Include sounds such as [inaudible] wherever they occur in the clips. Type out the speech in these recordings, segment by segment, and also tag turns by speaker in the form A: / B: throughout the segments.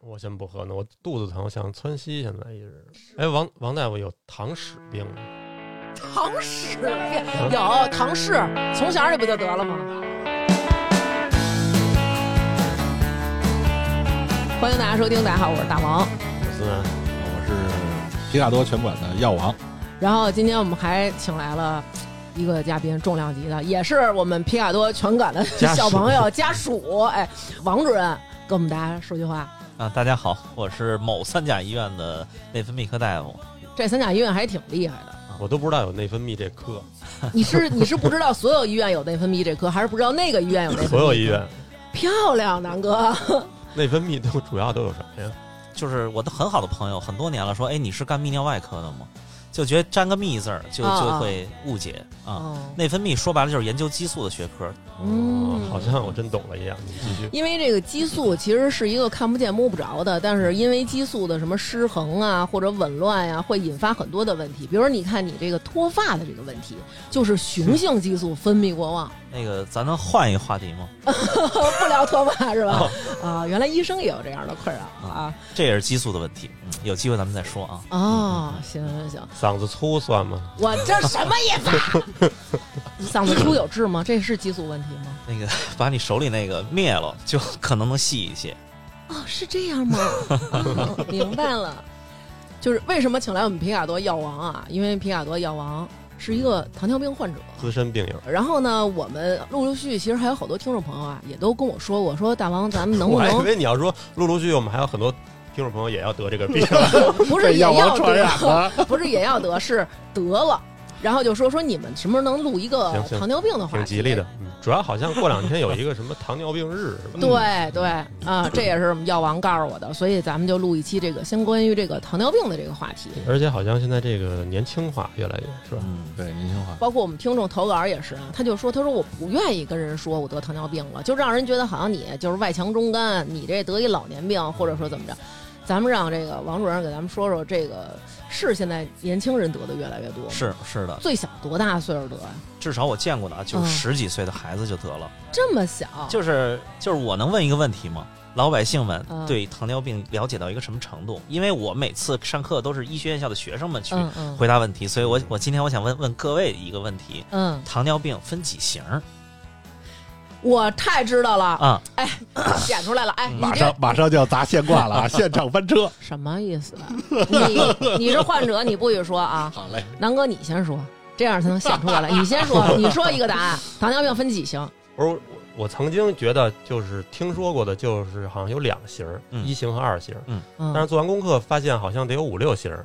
A: 我先不喝呢，我肚子疼，想窜稀，现在一直。哎，王王大夫有糖屎病吗？
B: 唐氏有唐氏，从小这不就得了吗？欢迎大家收听，大家好，我是大王。
A: 我思南，
C: 我是皮卡多拳馆的药 [laughs] 王，
B: 然后今天我们还请来了一个嘉宾，重量级的，也是我们皮卡多拳馆的
A: 属
B: 小朋友家属，哎，王主任跟我们大家说句话。
D: 啊，大家好，我是某三甲医院的内分泌科大夫。
B: 这三甲医院还挺厉害的，
A: 我都不知道有内分泌这科，
B: 你是你是不知道所有医院有内分泌这科，还是不知道那个医院有内分泌？
A: 所 [laughs] 有医
B: [laughs]
A: 院
B: 漂亮，南哥，
A: 内分泌都主要都有什么呀？
D: 就是我的很好的朋友，很多年了，说，哎，你是干泌尿外科的吗？就觉得沾个“泌”字儿就
B: 啊啊
D: 就会误解啊。
B: 哦
D: 内分泌说白了就是研究激素的学科，
B: 嗯
A: 哦好像我真懂了一样。你继续。
B: 因为这个激素其实是一个看不见摸不着的，但是因为激素的什么失衡啊或者紊乱呀、会引发很多的问题。比如说，你看你这个脱发的这个问题，就是雄性激素分泌过旺，
D: 那个咱能换一个话题吗？
B: 不聊脱发是吧？啊，原来医生也有这样的困扰啊！
D: 这也是激素的问题，嗯有机会咱们再说啊。 [laughs]
B: 哦，行行行，
A: [laughs] 嗓子粗算吗？
B: 我这什么意思啊？嗓子出有治吗？这是激素问题吗？
D: 那个把你手里那个灭了，就 [laughs] 可能能细一些。
B: 哦，是这
A: [laughs]
B: 样吗？哦明白了，就是为什么请来我们皮卡多药王啊？因为皮卡多药王是一
A: 嗯
B: 个糖尿病患者。
A: 资深病友，
B: 然后呢，我们陆陆续续，其实还有好多听众朋友啊，也都跟我说过，说大王，咱们能不
A: 我还以
B: 能
A: 为你要说陆陆续续我们还有很多听众朋友也要得这个
B: [laughs]
A: 病。
B: 不是也要得，
C: 了。
B: 不是也要得，是得了。然后就说说你们什么时候能录一个
A: 行行
B: 糖尿病的话
A: 挺
B: 题？
A: 吉利的。，嗯，主要好像过两天有一个什么糖尿病日，是吧？
B: 对对啊、这也是我们药王告诉我的，所以咱们就录一期这个相关于这个糖尿病的这个话题。
A: 嗯而且好像现在这个年轻化越来越，是吧？
D: 嗯，
C: 对，年轻化，
B: 包括我们听众投稿也是，啊他就说，他说我不愿意跟人说我得糖尿病了，就让人觉得好像你就是外强中干，你这得一老年病，或者说怎么着。咱们让这个王主任给咱们说说，这个是现在年轻人得的越来越多吗，
D: 是是的，
B: 最小多大岁数得呀？
D: 至少我见过的啊，就
B: 嗯
D: 是十几岁的孩子就得了。
B: 这么小，
D: 就是就是我能问一个问题吗？老百姓们
B: 嗯
D: 对糖尿病了解到一个什么程度？因为我每次上课都是医学院校的学生们去
B: 嗯嗯
D: 回答问题，所以我我今天我想问问各位一个问题：
B: 嗯，
D: 糖尿病分几型儿
B: 我太知道了，
D: 啊？
B: 显出来
D: [laughs]
B: 了，哎，你
C: 马
B: 这
C: 上马上就要砸现挂 [laughs] 了啊！现场翻车。
B: 什么意思？啊你你是患者，你不许说
D: [laughs]
B: 啊，
C: 好嘞，
B: 南哥你先说，这样才能显出来了。你先说，你说一个答案，糖尿病分几型？
A: 我说我我曾经觉得就是听说过的，就是好像有两型儿，
D: 嗯
A: 一型和二型儿。
B: 嗯
A: 但是做完功课发现好像得有五六型儿，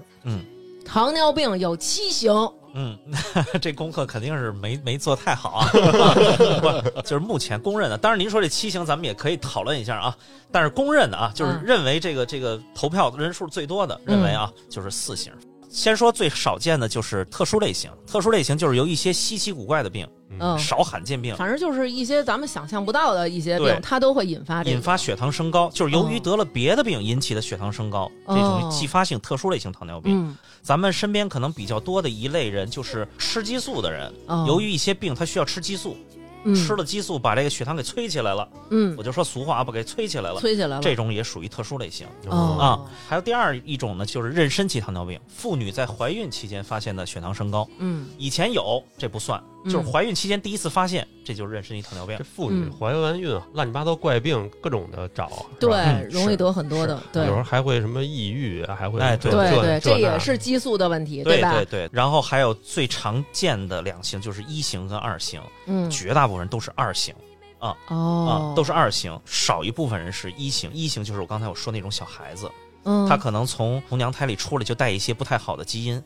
B: 糖尿病有七型，
D: 嗯， [laughs] 这功课肯定是没没做太好啊， [laughs] 不就是目前公认的。当然，您说这七型咱们也可以讨论一下啊。但是公认的啊，就是
B: 嗯
D: 认为这个这个投票人数最多的，认为啊就是四型。先说最少见的就是特殊类型，特殊类型就是由一些稀奇古怪的病、
B: 嗯，
D: 少罕见病
B: 反正就是一些咱们想象不到的一些病
D: 对，
B: 它都会引发这
D: 引
B: 个。
D: 发血糖升高，就是由于
B: 嗯
D: 得了别的病引起的血糖升高，这
B: 哦
D: 种继发性特殊类型糖尿病。
B: 嗯，
D: 咱们身边可能比较多的一类人就是吃激素的人，
B: 哦
D: 由于一些病他需要吃激素，
B: 嗯
D: 吃了激素把这个血糖给催起来了，
B: 嗯
D: 我就说俗话啊，把给催起来了。
B: 催起来了，
D: 这种也属于特殊类型
B: 哦
D: 啊。还有第二一种呢，就是妊娠期糖尿病，妇女在怀孕期间发现的血糖升高，
B: 嗯
D: 以前有这不算，
B: 嗯
D: 就是怀孕期间第一次发现，这就是妊娠期糖尿病
A: 这。妇女怀完孕啊，乱七八糟怪病各种的找，是吧
B: 对
D: 嗯
B: 容易得很多的，对
A: 有时候还会什么抑郁啊，还会
D: 哎
A: 这
B: 对
A: 这
B: 对，
A: 这
B: 这也
A: 那
B: 是激素的问题，
D: 对
B: 吧
D: 对？对，然后还有最常见的两型就是一型跟二型，
B: 嗯
D: 绝大部分人都是二型
B: 哦
D: 啊，，都是二型，少一部分人是一型。一型就是我刚才我说那种小孩子，
B: 嗯，
D: 他可能从从娘胎里出来就带一些不太好的基因，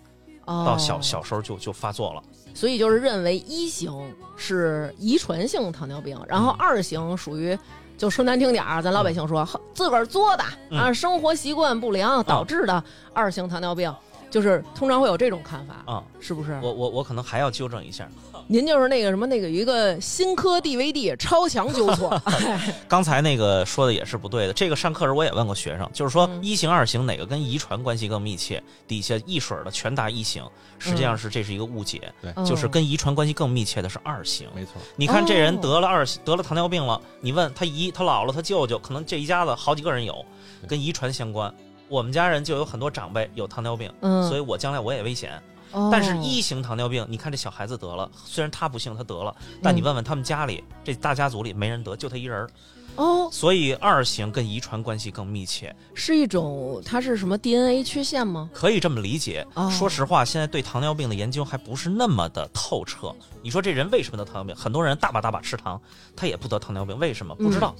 D: 到小
B: 哦，
D: 小时候就就发作了。
B: 所以就是认为一型是遗传性糖尿病，然
D: 嗯
B: 后二型属于。就说难听点儿，咱老百姓说自个儿作的
D: 嗯
B: 啊，生活习惯不良导致的二型糖尿病。就是通常会有这种看法，
D: 啊、
B: 是不是？
D: 我我我可能还要纠正一下，
B: 您就是那个什么那个有一个新科 DVD 超强纠
D: [laughs]
B: 错，哎
D: 刚才那个说的也是不对的。这个上课时候我也问过学生，就是说
B: 嗯
D: 一型、二型哪个跟遗传关系更密切？底下一水儿的全答一型，实
B: 嗯
D: 际上是这是一个误解，
B: 哦
D: 就是跟遗传关系更密切的是二型。
C: 没错，
D: 你看这人
B: 哦
D: 得了二得了糖尿病了，你问他姨、他姥姥、他舅舅，可能这一家子好几个人有，
C: 对
D: 跟遗传相关。我们家人就有很多长辈有糖尿病，
B: 嗯，
D: 所以我将来我也危险。
B: 哦
D: 但是一型糖尿病，你看这小孩子得了，虽然他不幸他得了，但你
B: 嗯
D: 问问他们家里这大家族里没人得，就他一人儿。
B: 哦
D: 所以二型跟遗传关系更密切，
B: 是一种它是什么 DNA 缺陷吗？
D: 可以这么理解。
B: 哦
D: 说实话，现在对糖尿病的研究还不是那么的透彻。你说这人为什么得糖尿病？很多人大把大把吃糖，他也不得糖尿病，为什
B: 嗯
D: 么？不知道。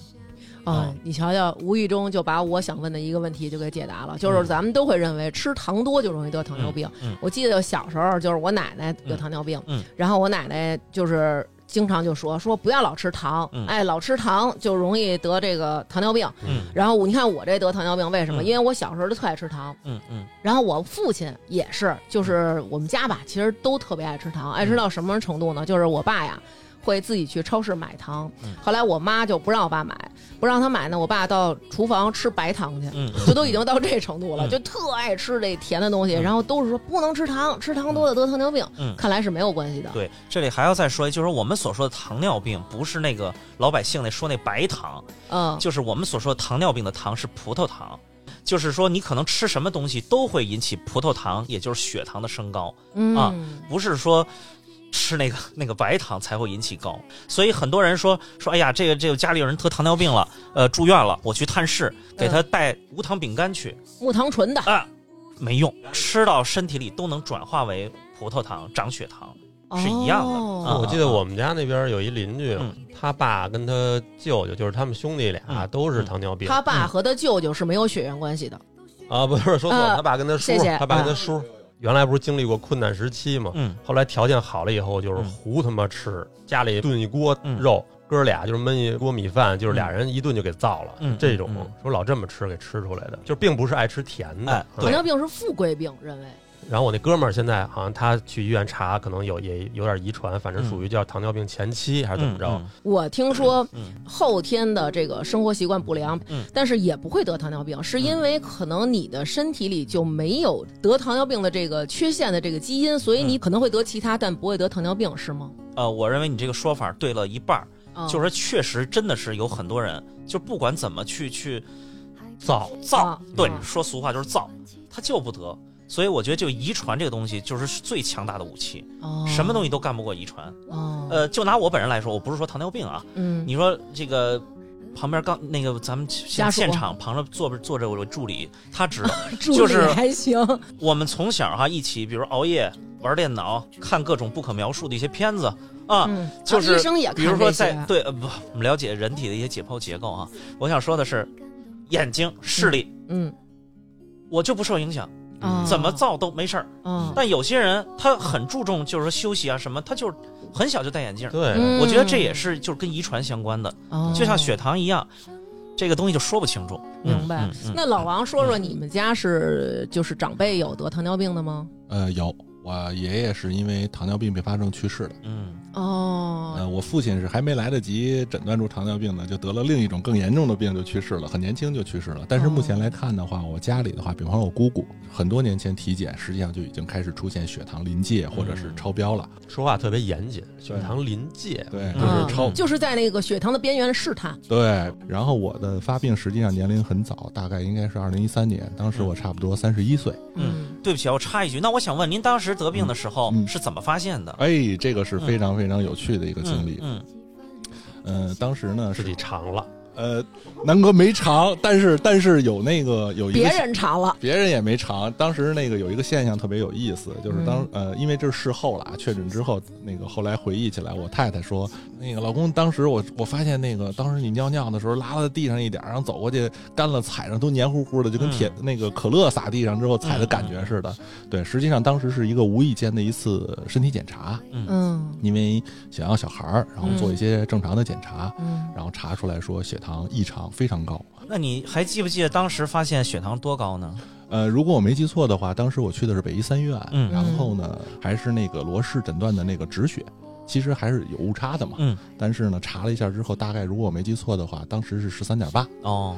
B: 啊、
D: 嗯
B: 你瞧瞧，无意中就把我想问的一个问题就给解答了，就是咱们都会认为吃糖多就容易得糖尿病。
D: 嗯嗯嗯
B: 我记得小时候就是我奶奶得糖尿病，
D: 嗯嗯
B: 然后我奶奶就是经常就说说不要老吃糖，
D: 嗯
B: 哎，老吃糖就容易得这个糖尿病。
D: 嗯
B: 然后我你看我这得糖尿病为什么？
D: 嗯
B: 因为我小时候就特爱吃糖，
D: 嗯嗯
B: 然后我父亲也是，就是我们家吧，其实都特别爱吃糖，爱吃
D: 嗯
B: 到什么程度呢？就是我爸呀，会自己去超市买糖
D: 嗯。
B: 后来我妈就不让我爸买，不让他买呢，我爸到厨房吃白糖去，
D: 嗯，
B: 就都已经到这程度了，
D: 嗯
B: 就特爱吃这甜的东西，
D: 嗯
B: 然后都是说不能吃糖，吃糖多了得糖尿病。
D: 嗯
B: 看来是没有关系的。
D: 对，这里还要再说，就是我们所说的糖尿病，不是那个老百姓那说那白糖，
B: 嗯，
D: 就是我们所说的糖尿病的糖是葡萄糖，就是说你可能吃什么东西都会引起葡萄糖，也就是血糖的升高，
B: 嗯
D: 啊不是说。吃那个那个白糖才会引起高，所以很多人说说，哎呀，这个这个家里有人得糖尿病了，呃，住院了，我去探视，给他带无糖饼干去
B: 木糖醇的，
D: 啊，没用，吃到身体里都能转化为葡萄糖、长血糖，是一样的啊
B: 哦
A: 我记得我们家那边有一邻居
D: 嗯，
A: 他爸跟他舅舅，就是他们兄弟俩
D: 嗯
A: 都是糖尿病
B: 他爸和他舅舅是没有血缘关系的。
A: 啊，不是说错
B: 啊
A: 了，他爸跟他叔
B: 谢，谢嗯
A: 他爸跟他叔原来不是经历过困难时期嘛，
D: 嗯
A: 后来条件好了以后，就是
D: 嗯
A: 胡他妈吃，家里炖一锅
D: 嗯
A: 肉，哥俩就是焖一锅米饭，就是俩人一顿就给造了。
D: 嗯
A: 这种
D: 嗯嗯
A: 说老这么吃给吃出来的，就并不是爱吃甜的。
D: 哎
A: 嗯
B: 糖
D: 对
B: 尿病是富贵病，认为
A: 然后我那哥们儿现在好像他去医院查，可能有也有点遗传，反正
D: 嗯
A: 属于叫糖尿病前期还
D: 嗯
A: 是怎么着。？啊
B: 我听说
D: 嗯
B: 后天的这个生活习惯不良，
D: 嗯
B: 但是也不会得糖尿病，是因为可能你的身体里就没有得糖尿病的这个缺陷的这个基因，所以你
D: 嗯
B: 可能会得其他，但不会得糖尿病，是吗？
D: 呃，我认为你这个说法对了一半儿，
B: 啊
D: 嗯就是说确实真的是有很多人，就不管怎么去去嗯
A: 造
D: 造
B: 啊，
D: 对
B: 嗯，
D: 说俗话就是造，他就不得。所以我觉得，就遗传这个东西，就是最强大的武器，
B: 哦
D: 什么东西都干不过遗传。
B: 哦，
D: 呃，就拿我本人来说，我不是说糖尿病啊，
B: 嗯，
D: 你说这个旁边刚那个咱们
B: 家
D: 现
B: 属
D: 现场旁边坐着坐着我助理，他知道
B: 助理
D: 就是啊
B: 还行，
D: 我们从小哈、一起，比如熬夜、玩电脑、看各种不可描述的一些片子啊，
B: 嗯
D: 就是
B: 啊医生也看
D: 比如说
B: 这些啊
D: 在对呃不，我们了解人体的一些解剖结构啊。我想说的是，眼睛视力
B: 嗯
D: 我就不受影响，
B: 啊，
D: 怎么造都没事儿。
B: 啊？
D: 但有些人他很注重，就是说休息啊什么，他就是很小就戴眼镜。
A: 对，
B: 嗯
D: 我觉得这也是就是跟遗传相关的，
B: 哦
D: 就像血糖一样，这个东西就说不清楚。嗯
B: 明白
D: 嗯嗯。
B: 那老王说说你们家是就是长辈有得糖尿病的吗？
C: 呃，有我爷爷是因为糖尿病并发症去世的，
D: 嗯
B: 哦
C: 呃，我父亲是还没来得及诊断出糖尿病呢，就得了另一种更严重的病就去世了，很年轻就去世了。但是目前来看的话，我家里的话，比方说我姑姑，很多年前体检实际上就已经开始出现血糖临界或者是超标了，
A: 说话特别严谨，血糖临界。
C: 对，就
D: 嗯
C: 是超
B: 嗯就是在那个血糖的边缘试探。
C: 对，然后我的发病实际上年龄很早，大概应该是二零一三年，当时我差不多三十一岁。
D: 嗯，对不起啊，我插一句，那我想问您，当时得病的时候
C: 嗯嗯
D: 是怎么发现的？
C: 哎，这个是非常非常有趣的一个经历。
D: 嗯，
C: 嗯、当时呢
A: 自
C: 是
A: 己尝了，
C: 呃，南哥没尝，但是但是有那个有一个
B: 别人尝了，
C: 别人也没尝。当时那个有一个现象特别有意思，就是当、呃，因为这是事后了，确诊之后，那个后来回忆起来，我太太说，那个老公当时我我发现那个当时你尿尿的时候拉到地上一点儿，然后走过去干了踩上都黏糊糊的，就跟铁、那个可乐撒地上之后踩的感觉似的。对，实际上当时是一个无意间的一次身体检查，
B: 嗯
C: 因为想要小孩儿，然后做一些正常的检查，
B: 嗯，
C: 然后查出来说血糖异常非常高。
D: 那你还记不记得当时发现血糖多高呢？
C: 呃，如果我没记错的话，当时我去的是北医三院，
D: 嗯
C: 然后呢还是那个罗氏诊断的那个止血，其实还是有误差的嘛。
D: 嗯，
C: 但是呢查了一下之后，大概如果我没记错的话，当时是十三点八。
D: 哦，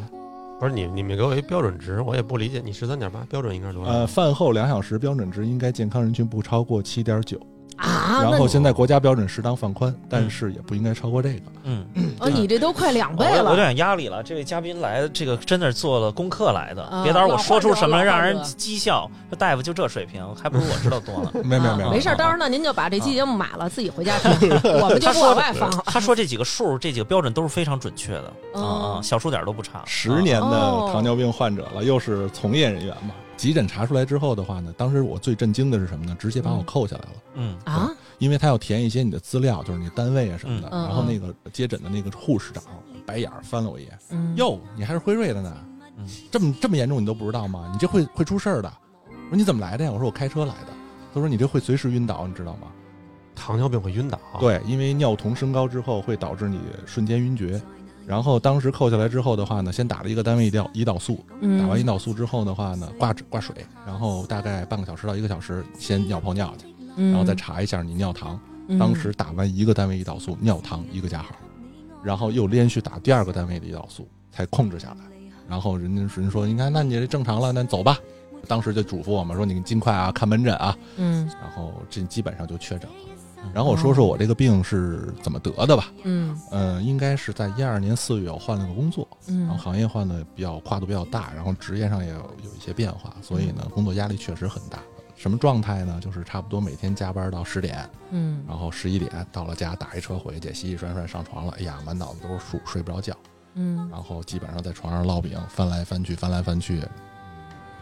A: 不是你，你们给我一标准值，我也不理解。你十三点八标准应该是多少？
C: 呃，饭后两小时标准值应该健康人群不超过七点九，
B: 啊，
C: 然
B: 那
C: 后
B: 你嗯
C: 现在国家标准适当放宽，但是也不应该超过这个。
D: 嗯，
B: 哦，你这都快两倍
D: 我有我有
B: 了，
D: 点压力了。这位嘉宾来，这个真的是做了功课来的，
B: 啊
D: 别到时候我说出什么
B: 老
D: 让
B: 患者
D: 人讥笑。说大夫就这水平，还不如我知道多呢。
C: 没有没有
B: 啊
C: 没有，
B: 没事儿，到时候那您就把这期节目买了，自己回家听，
C: [laughs]
B: 我们就
D: 他
B: 不
D: 说
B: 往外放。
D: 他说这几个数，这几个标准都是非常准确的
B: [laughs]
D: 啊
B: 哦
D: 啊，小数点都不差。
C: 十年的糖尿病患者了，又是从业人员嘛。急诊查出来之后的话呢，当时我最震惊的是什么呢？直接把我扣下来了，
D: 啊，嗯
B: 啊，
C: 因为他要填一些你的资料，就是你单位啊什么的。
B: 嗯嗯
C: 然后那个接诊的那个护士长白眼儿翻了我一眼，
B: 嗯，
C: 哟，你还是辉瑞的呢
D: 嗯？
C: 这么这么严重你都不知道吗？你这会会出事儿的。我说你怎么来的呀？我说我开车来的。他说你这会随时晕倒，你知道吗？
A: 糖尿病会晕倒？，
B: 哦
C: 对，因为尿酮升高之后会导致你瞬间晕厥。然后当时扣下来之后的话呢，先打了一个单位胰岛胰岛素，打完胰
B: 嗯，
C: 岛素之后的话呢，挂挂水，然后大概半个小时到一个小时先尿泡尿去，然后再查一下你尿糖。
B: 嗯
C: 当时打完一个单位胰岛素，尿糖一个加号，然后又连续打第二个单位的胰岛素才控制下来。然后人家人说，你看，那你这正常了，那走吧。当时就嘱咐我们说，你尽快啊看门诊啊，
B: 嗯
C: 然后这基本上就确诊了。然后我说说我这个病是怎么得的吧，
B: 嗯
C: 嗯、应该是在一二年四月我换了个工作，然后
B: 嗯
C: 行业换的比较跨度比较大，然后职业上也有有一些变化，所以
B: 嗯
C: 呢，工作压力确实很大。什么状态呢？就是差不多每天加班到十点，
B: 嗯，
C: 然后十一点到了家，打一车回去，洗洗涮涮上床了。哎呀，满脑子都是数，睡不着觉。
B: 嗯
C: 然后基本上在床上烙饼，翻来翻去，翻来翻去，嗯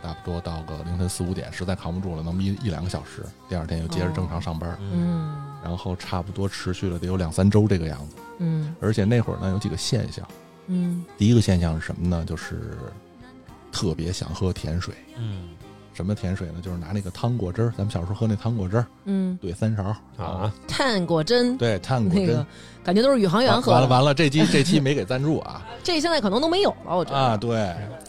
C: 差不多到个凌晨四五点，实在扛不住了，能眯一两个小时。第二天又接着正常上班，
D: 嗯
B: 嗯
C: 然后差不多持续了得有两三周这个样子。
B: 嗯
C: 而且那会儿呢，有几个现象。
B: 嗯
C: 第一个现象是什么呢？就是特别想喝甜水。
D: 嗯
C: 什么甜水呢？就是拿那个汤果汁儿，咱们小时候喝那汤果汁儿，
B: 嗯，
C: 兑三勺
A: 啊，，
B: 碳果真
C: 对，碳果
B: 那
C: 汁。
B: 个感觉都是宇航员
C: 完
B: 喝
C: 完了
B: 的，
C: 完了，这期这期没给赞助啊
B: 这现在可能都没有了，我觉
C: 啊！
B: 得。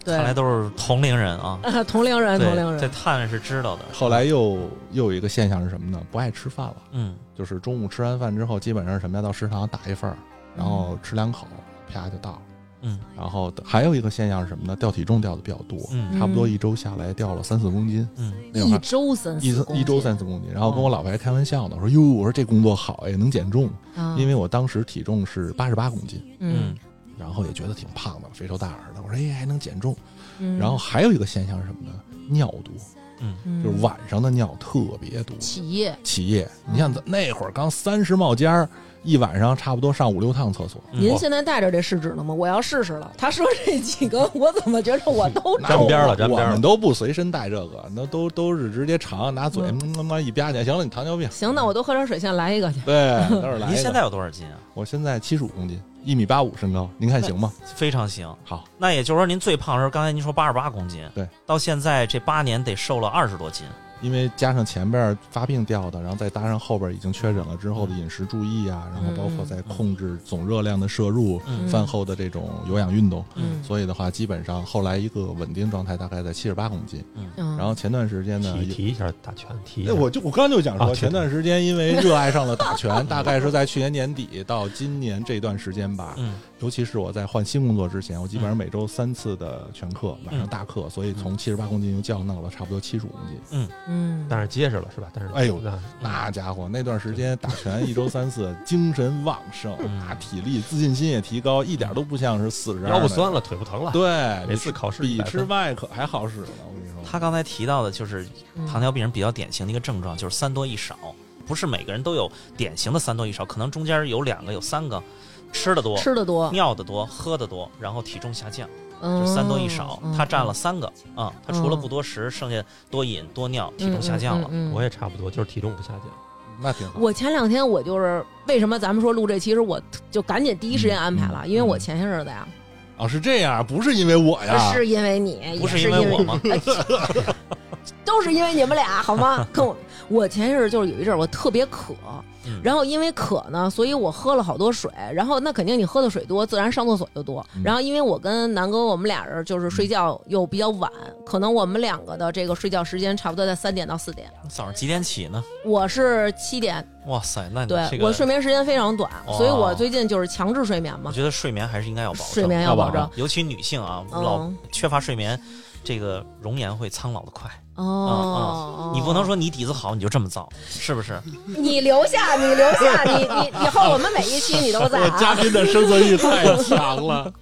C: 对，
D: 看来
B: 对，
D: 都是同龄人啊。
B: 啊 [laughs] 同龄人，
D: 对
B: 同龄
D: 这
B: 人，
D: 碳是知道的。
C: 后来又又有一个现象是什么呢？不爱吃饭了，
D: 嗯，
C: 就是中午吃完饭之后，基本上是什么呀？到食堂打一份儿，然后吃两口，啪就到了。
D: 嗯，
C: 然后还有一个现象是什么呢？掉体重掉的比较多，
D: 嗯
C: 差不多一周下来掉了三四公斤。
D: 嗯
C: 那会
B: 一
C: 儿
B: 周三
C: 一
B: 四公斤
C: 一周三四公斤，然后跟我老婆还开玩笑呢，我说哟，我说这工作好哎，能减重，
B: 啊
C: 因为我当时体重是八十八公斤，
D: 嗯
B: 嗯
C: 然后也觉得挺胖的，肥头大耳的，我说哎还能减重。
B: 嗯，
C: 然后还有一个现象是什么呢？尿多，
D: 嗯
B: 嗯
C: 就是晚上的尿特别多。
B: 起夜，
C: 起夜，你像咱那会儿刚三十冒尖儿，一晚上差不多上五六趟厕所。
D: 嗯
B: 您现在带着这试纸了吗？我要试试了。他说这几个，我怎么觉着我都
C: 那
A: 沾边儿了
C: 我
A: 沾边儿了
C: 我们都不随身带这个，那都都是直接尝，拿嘴
B: 嗯
C: 他妈一吧唧，行了，你糖尿病。
B: 行，那我多喝点水，先来一个去。
C: 对，待会儿来一个。
D: 您现在有多少斤啊？
C: 我现在七十五公斤，一米八五身高，您看行吗？
D: 非常行。
C: 好，
D: 那也就是说，您最胖的时候，刚才您说八十八公斤，
C: 对，
D: 到现在这八年得瘦了二十多斤。
C: 因为加上前边发病掉的，然后再搭上后边已经确诊了之后的饮食注意啊，然后包括在控制总热量的摄入，
D: 嗯
C: 饭后的这种有氧运动，
B: 嗯
C: 所以的话，基本上后来一个稳定状态大概在七十八公斤。
B: 嗯，
C: 然后前段时间呢，
A: 提
C: 有
A: 提一下打拳，提一下
C: 那我就我刚就想说，
A: 啊
C: 前段时间因为热爱上了打拳，大概是在去年年底到今年这段时间吧，
D: 嗯
C: 尤其是我在换新工作之前，我基本上每周三次的全课，晚上大课，所以从七十八公斤又降到了差不多七十五公斤。
B: 嗯，
A: 但是结实了是吧？但是啊
C: 哎呦
A: 那
C: 那家伙那段时间打拳一周三次，精神旺盛，
D: 嗯
C: 啊，体力、自信心也提高，一点都不像是四十。
A: 腰不，酸了，腿不疼了，
C: 对，
A: 每次考试
C: 比
A: 100
C: 吃
A: 分
C: 外可还好使呢。我跟你说，
D: 他刚才提到的就是
B: 嗯
D: 糖尿病人比较典型的一个症状，就是三多一少，不是每个人都有典型的三多一少，可能中间有两个、有三个，吃的多、
B: 吃的多，
D: 尿的多、喝的多，然后体重下降，就
B: 嗯，
D: 是三多一少，
B: 嗯
D: 他占了三个啊、他除了
B: 嗯
D: 不多食，剩下多饮多尿，体重下降了。
B: 嗯嗯嗯嗯
A: 我也差不多，就是体重不下降。
C: 那挺好。
B: 我前两天我就是为什么咱们说录这期，其实我就赶紧第一时间安排了，
C: 嗯
B: 因为我前些日子呀，
C: 哦，是这样，不是因为我呀，
B: 是因为你，
D: 啊不
B: 也
D: 是
B: 是
D: 因为我
B: 为
D: 吗？
B: 都 [laughs] 都是因为你们俩好
D: [laughs]
B: 吗？跟我，我前一阵儿就是有一阵儿我特别渴
D: 嗯，
B: 然后因为渴呢，所以我喝了好多水，然后那肯定你喝的水多，自然上厕所就多
C: 嗯。
B: 然后因为我跟南哥我们俩人就是睡觉又比较晚，可能我们两个的这个睡觉时间差不多在三点到四点，
D: 早上几点起呢？
B: 我是七点，
D: 哇塞，那你
B: 对
D: 嗯这个
B: 我睡眠时间非常短，
D: 哦
B: 所以我最近就是强制睡眠
D: 我
B: 嘛，
D: 觉得睡眠还是应该要保证，
B: 睡眠要保
C: 要保
B: 证
C: 证。
D: 尤其女性啊，
B: 嗯
D: 老缺乏睡眠，这个容颜会苍老的快。啊
B: 哦，
D: 嗯你不能说你底子好你就这么造，是不是？
B: 你留下，你留下，你你以后我们每一期你都在、
C: [laughs] 我
B: 啊。
C: 嘉宾的生存欲太强了，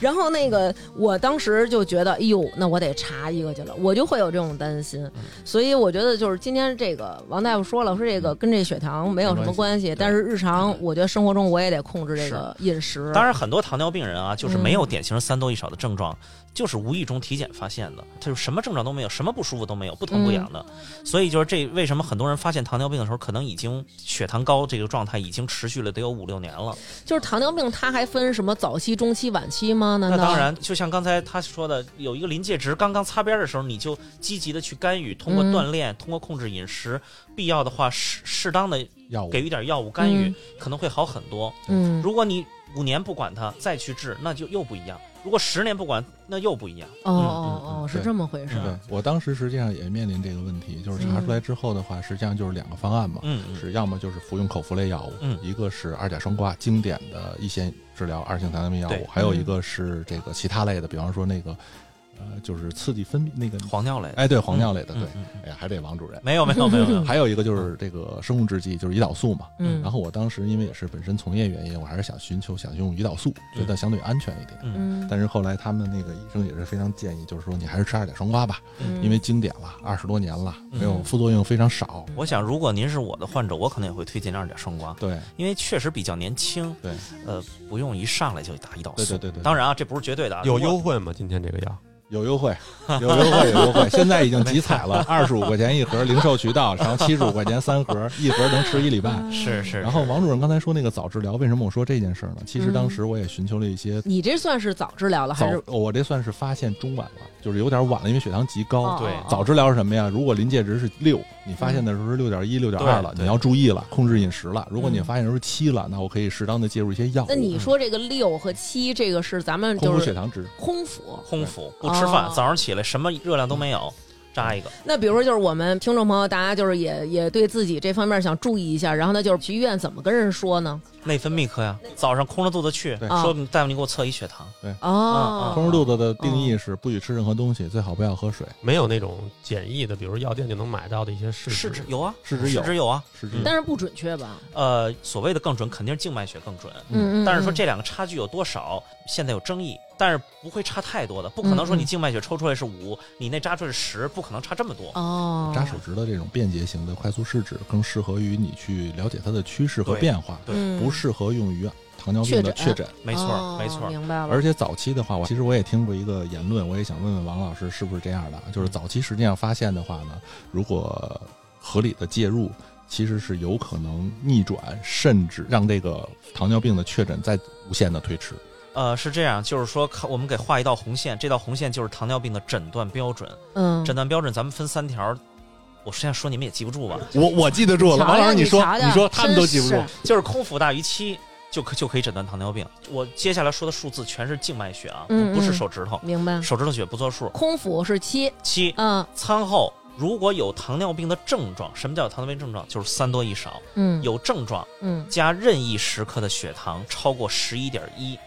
B: 然后那个，我当时就觉得，哎呦，那我得查一个去了，我就会有这种担心。所以我觉得，就是今天这个王大夫说了，说这个跟这血糖没有什么关系，但是日常我觉得生活中我也得控制这个饮食。
D: 当然，很多糖尿病人啊，就是
B: 嗯
D: 没有典型三多一少的症状，就是无意中体检发现的，他就什么症状都没有，什么不舒服都没有，不疼不痒的。
B: 嗯
D: 所以就是这为什么很多人发现糖尿病的时候，可能已经血糖高这个状态已经持续了得有五六年了。
B: 就是糖尿病，它还分什么早期、中期、晚期吗？难
D: 那
B: 道？
D: 当然，就像刚才他说的，有一个临界值刚刚擦边儿的时候，你就积极的去干预，通过
B: 嗯
D: 锻炼，通过控制饮食，必要的话适适当的
C: 药物
D: 给予点药物干预
B: 嗯，
D: 可能会好很多。
B: 嗯，
D: 如果你五年不管它，再去治，那就又不一样；如果十年不管，那又不一样。
B: 哦
D: 嗯
B: 哦哦，是
C: 对
B: 这么回事。
C: 对我当时实际上也面临这个问题，就是查出来之后的话，实际上就是两个方案嘛，
D: 嗯嗯
C: 是要么就是服用口服类药物，
D: 嗯
C: 一个是二甲双胍经典的一线治疗二型糖尿病药
D: 对嗯
C: 物，还有一个是这个其他类的，比方说那个呃，就是刺激分泌那个，
D: 黄尿类的，
C: 哎，对，黄尿类的，
D: 嗯
C: 对，
D: 嗯嗯
C: 哎呀，还得王主任。
D: 没有没有没有没 [laughs] 有，
C: 还有一个就是这个生物制剂，就是胰岛素嘛。
B: 嗯，
C: 然后我当时因为也是本身从业原因，我还是想寻求想用胰岛素，
D: 嗯
C: 觉得相对安全一点。
D: 嗯，
B: 嗯，
C: 但是后来他们那个医生也是非常建议，就是说你还是吃二甲双胍吧，
B: 嗯
C: 因为经典了，二十多年了，
D: 嗯
C: 没有副作用非常少。
D: 我想如果您是我的患者，我可能也会推荐二甲双胍，
C: 对
D: 因为确实比较年轻，
C: 对
D: 呃，不用一上来就打胰岛
C: 对
D: 素。
C: 对对对，
D: 当然啊，这不是绝对的啊，
A: 有
D: 如果
A: 优惠吗？今天这个药
C: 有优惠，有优惠，有优惠。现在已经集采了，二十五块钱一盒，零售渠道，然后七十五块钱三盒，一盒能吃一礼拜。
B: 嗯
D: 是是，
C: 然后王主任刚才说那个早治疗，为什么我说这件事儿呢？其实当时我也寻求了一些
B: 你这算是早治疗了
C: 早
B: 还是？，
C: 我这算是发现中晚了，就是有点晚了，因为血糖极高
B: 哦。
D: 对
B: 哦哦
C: 早治疗是什么呀？如果临界值是六，你发现的时候是六点一、六点二了，
D: 对
C: 你要注意了，控制饮食了。如果你
B: 嗯
C: 发现的时候是七了，那我可以适当的介入一些药物，
B: 那
D: 嗯
B: 你说这个六和七，这个是咱们
C: 控
B: 就
C: 制血
B: 是
C: 糖
D: 哦
C: 值。
B: 空腹。
D: 空腹不吃饭
B: 哦，
D: 早上起来什么热量都没有，扎一个。
B: 那比如说，就是我们听众朋友，大家就是也也对自己这方面想注意一下，然后呢，就是去医院怎么跟人说呢？
D: 内分泌啊科呀，早上空着肚子去，
C: 对
D: 说你大夫你给我测一血糖，啊
B: 哦，
C: 空腹肚子的定义是不许吃任何东西，最好不要喝水。
D: 哦
A: 没有那种简易的，比如药店就能买到的一些试
D: 试纸
A: 纸，
D: 有啊，
C: 试纸有
D: 试纸有啊，
C: 是这
B: 但
C: 样。
B: 是不准确吧？
D: 呃，所谓的更准，肯定是静脉血更准，
B: 嗯嗯。
D: 但是说这两个差距有多少，现在有争议，但是不会差太多的，不可能说
B: 嗯嗯
D: 你静脉血抽出来是五，你那扎出来是十，不可能差这么多。
B: 哦，
C: 扎手指的这种便捷型的快速试纸，更适合于你去了解它的趋势和
D: 对
C: 变化，
D: 对
B: 嗯
C: 不适合用于糖尿病的
B: 确诊
C: 确诊。
D: 没错
B: 哦
D: 儿，没错儿，
B: 明白了。
C: 而且早期的话，我其实我也听过一个言论，我也想问问王老师是不是这样的？就是早期实际上发现的话呢，如果合理的介入，其实是有可能逆转，甚至让这个糖尿病的确诊再无限的推迟。
D: 呃，是这样，就是说，看我们给画一道红线，这道红线就是糖尿病的诊断标准。
B: 嗯，
D: 诊断标准咱们分三条，我现在说你们也记不住吧？
C: 我我记得住了，
B: 瞧瞧
C: 王老师
B: 你
C: 说
B: 瞧瞧
C: 你说他们都记不住
B: 真，是
D: 就是空腹大于七就可就可以诊断糖尿病。我接下来说的数字全是静脉血啊，
B: 嗯嗯嗯
D: 不是手指头，
B: 明白。
D: 手指头血不作数。
B: 空腹是七，
D: 七
B: 嗯
D: 餐后如果有糖尿病的症状，什么叫有糖尿病症状？就是三多一少，
B: 嗯，
D: 有症状
B: 嗯
D: 加任意时刻的血糖超过十一点一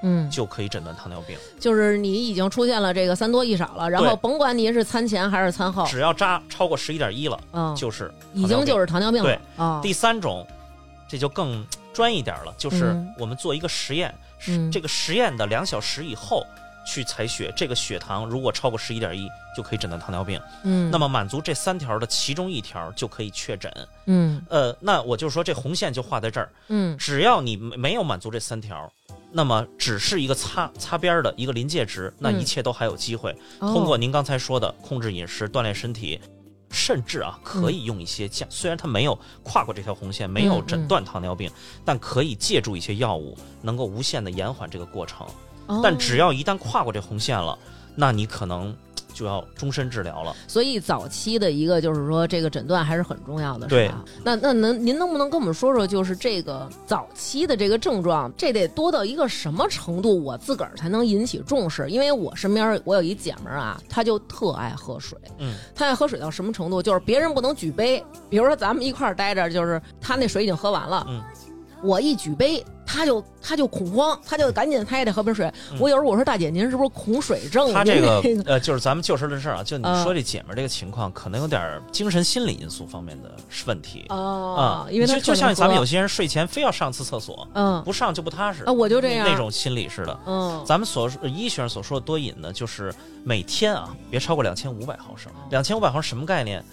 B: 嗯，
D: 就可以诊断糖尿病。
B: 就是你已经出现了这个三多一少了，然后
D: 对
B: 甭管你是餐前还是餐后，
D: 只要扎超过十一点一了，
B: 嗯，
D: 就是。
B: 已经就是是糖尿病了
D: 对
B: 啊。
D: 第三种，这就更专一点了，就是
B: 嗯
D: 我们做一个实验，是
B: 嗯
D: 这个实验的两小时以后去采血，这个血糖如果超过十一点一，就可以诊断糖尿病。
B: 嗯，
D: 那么满足这三条的其中一条就可以确诊。
B: 嗯
D: 呃，那我就说这红线就画在这儿，
B: 嗯
D: 只要你没没有满足这三条。那么只是一个擦擦边儿的一个临界值，那
B: 嗯
D: 一切都还有机会。通
B: 哦
D: 过您刚才说的控制饮食、锻炼身体，甚至啊可以用一些
B: 嗯
D: 降，虽然它没有跨过这条红线，没有诊断糖尿病，但可以借助一些药物，能够
B: 哦
D: 无限的延缓这个过程。但只要一旦跨过这红线了，那你可能。就要终身治疗了。
B: 所以早期的一个就是说这个诊断还是很重要的，是吧？那那能您能不能跟我们说说，就是这个早期的这个症状，这得多到一个什么程度，我自个儿才能引起重视？因为我身边我有一姐们儿啊，她就特爱喝水，
D: 嗯，
B: 她爱喝水到什么程度？就是别人不能举杯，比如说咱们一块儿待着，就是她那水已经喝完了，
D: 嗯
B: 我一举杯。她就她就恐慌，她就赶紧，她也得喝杯水。
D: 嗯
B: 我有时候我说大姐，您是不是恐水症？
D: 他这个
B: 您
D: 呃，就是咱们就事论事啊，就你
B: 嗯
D: 说这姐们儿这个情况，可能有点儿精神心理因素方面的问题
B: 哦
D: 啊，，
B: 因为她
D: 就就
B: 特能
D: 像咱们
B: 喝
D: 有些人睡前非要上次厕所，
B: 嗯
D: 不上就不踏实
B: 啊，我就这
D: 那
B: 样
D: 那种心理似的。
B: 嗯，
D: 咱们所说呃医学上所说的多饮呢，就是每天啊别超过两千五百毫升。两千五百毫升什么概念？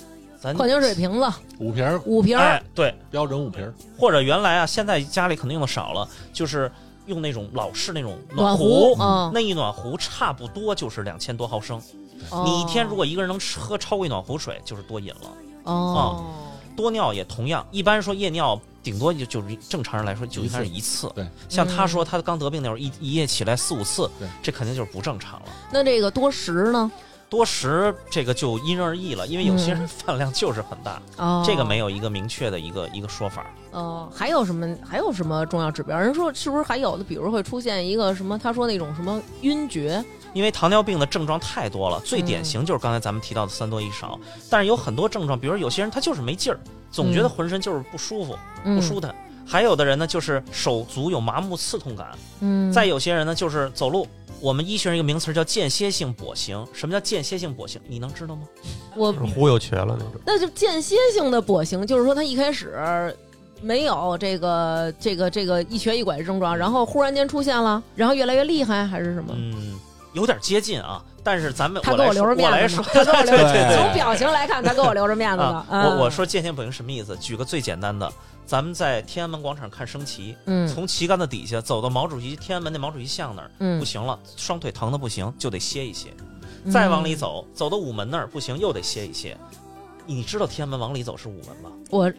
D: 咱
B: 矿泉水瓶子
C: 五瓶儿
B: 五瓶儿，
D: 哎对，
C: 标准五瓶儿，
D: 或者原来啊，现在家里可能用的少了，就是用那种老式那种
B: 暖
D: 壶，
B: 壶嗯
D: 那一暖壶差不多就是两千多毫升。
B: 哦
D: 你一天如果一个人能吃喝超过一暖壶水，就是多饮了。
B: 哦，
D: 多尿也同样，一般说夜尿顶多就就是正常人来说就应该是一次。
C: 对，
D: 像他说他刚得病那会儿一一夜起来四五次
C: 对，
D: 这肯定就是不正常了。
B: 那这个多食呢？
D: 多食这个就因人而异了，因为有些人
B: 嗯
D: 饭量就是很大，
B: 哦，
D: 这个没
B: 有。
D: 有一个明确的一个一个说法。
B: 哦，还有什么？还有什么重要指标？人说是不是还有的？比如会出现一个什么？他说那种什么晕厥，
D: 因为糖尿病的症状太多了，最典型就是刚才咱们提到的三多一少，但是有很多症状，比如有些人他就是没劲儿，总觉得
B: 嗯
D: 浑身就是不舒服、
B: 嗯
D: 不舒坦；还有的人呢，就是手足有麻木刺痛感；
B: 嗯，
D: 再有些人呢，就是走路。我们医学上一个名词叫间歇性跛行，什么叫间歇性跛行？你能知道吗？
B: 我
A: 就是忽悠瘸了那种。
B: 那就间歇性的跛行，就是说他一开始。没有这个这个这个一瘸一拐的症状，然后忽然间出现了，然后越来越厉害还是什么？
D: 嗯，有点接近啊，但是咱们
B: 他
D: 我
B: 给
D: 来
B: 我
D: 说，
B: 留着面
D: 我来
B: 子
D: 说
B: 呢，，他给我
D: [laughs]
B: 留
C: 对对
B: 着，
C: 对
B: 从表情来看，他给我留着面子了
D: 啊。，
B: 嗯
D: 我我说间歇跛行什么意思？举个最简单的，咱们在天安门广场看升旗，
B: 嗯
D: 从旗杆的底下走到毛主席天安门那毛主席像那儿，
B: 嗯
D: 不行了，双腿疼的不行，就得歇一歇。再往
B: 嗯
D: 里走，走到午门那儿不行，又得歇一歇。你知道天安门往里走是午门吗？
B: 我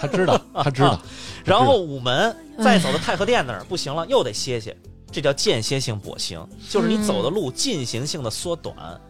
C: 他知 [laughs] 道，他知道，
D: 然
B: 哦
D: 后午门
B: 嗯
D: 再走到太和殿那儿不行了，又得歇歇。这叫间歇性跛行，就是你走的路进行性的缩短，
B: 嗯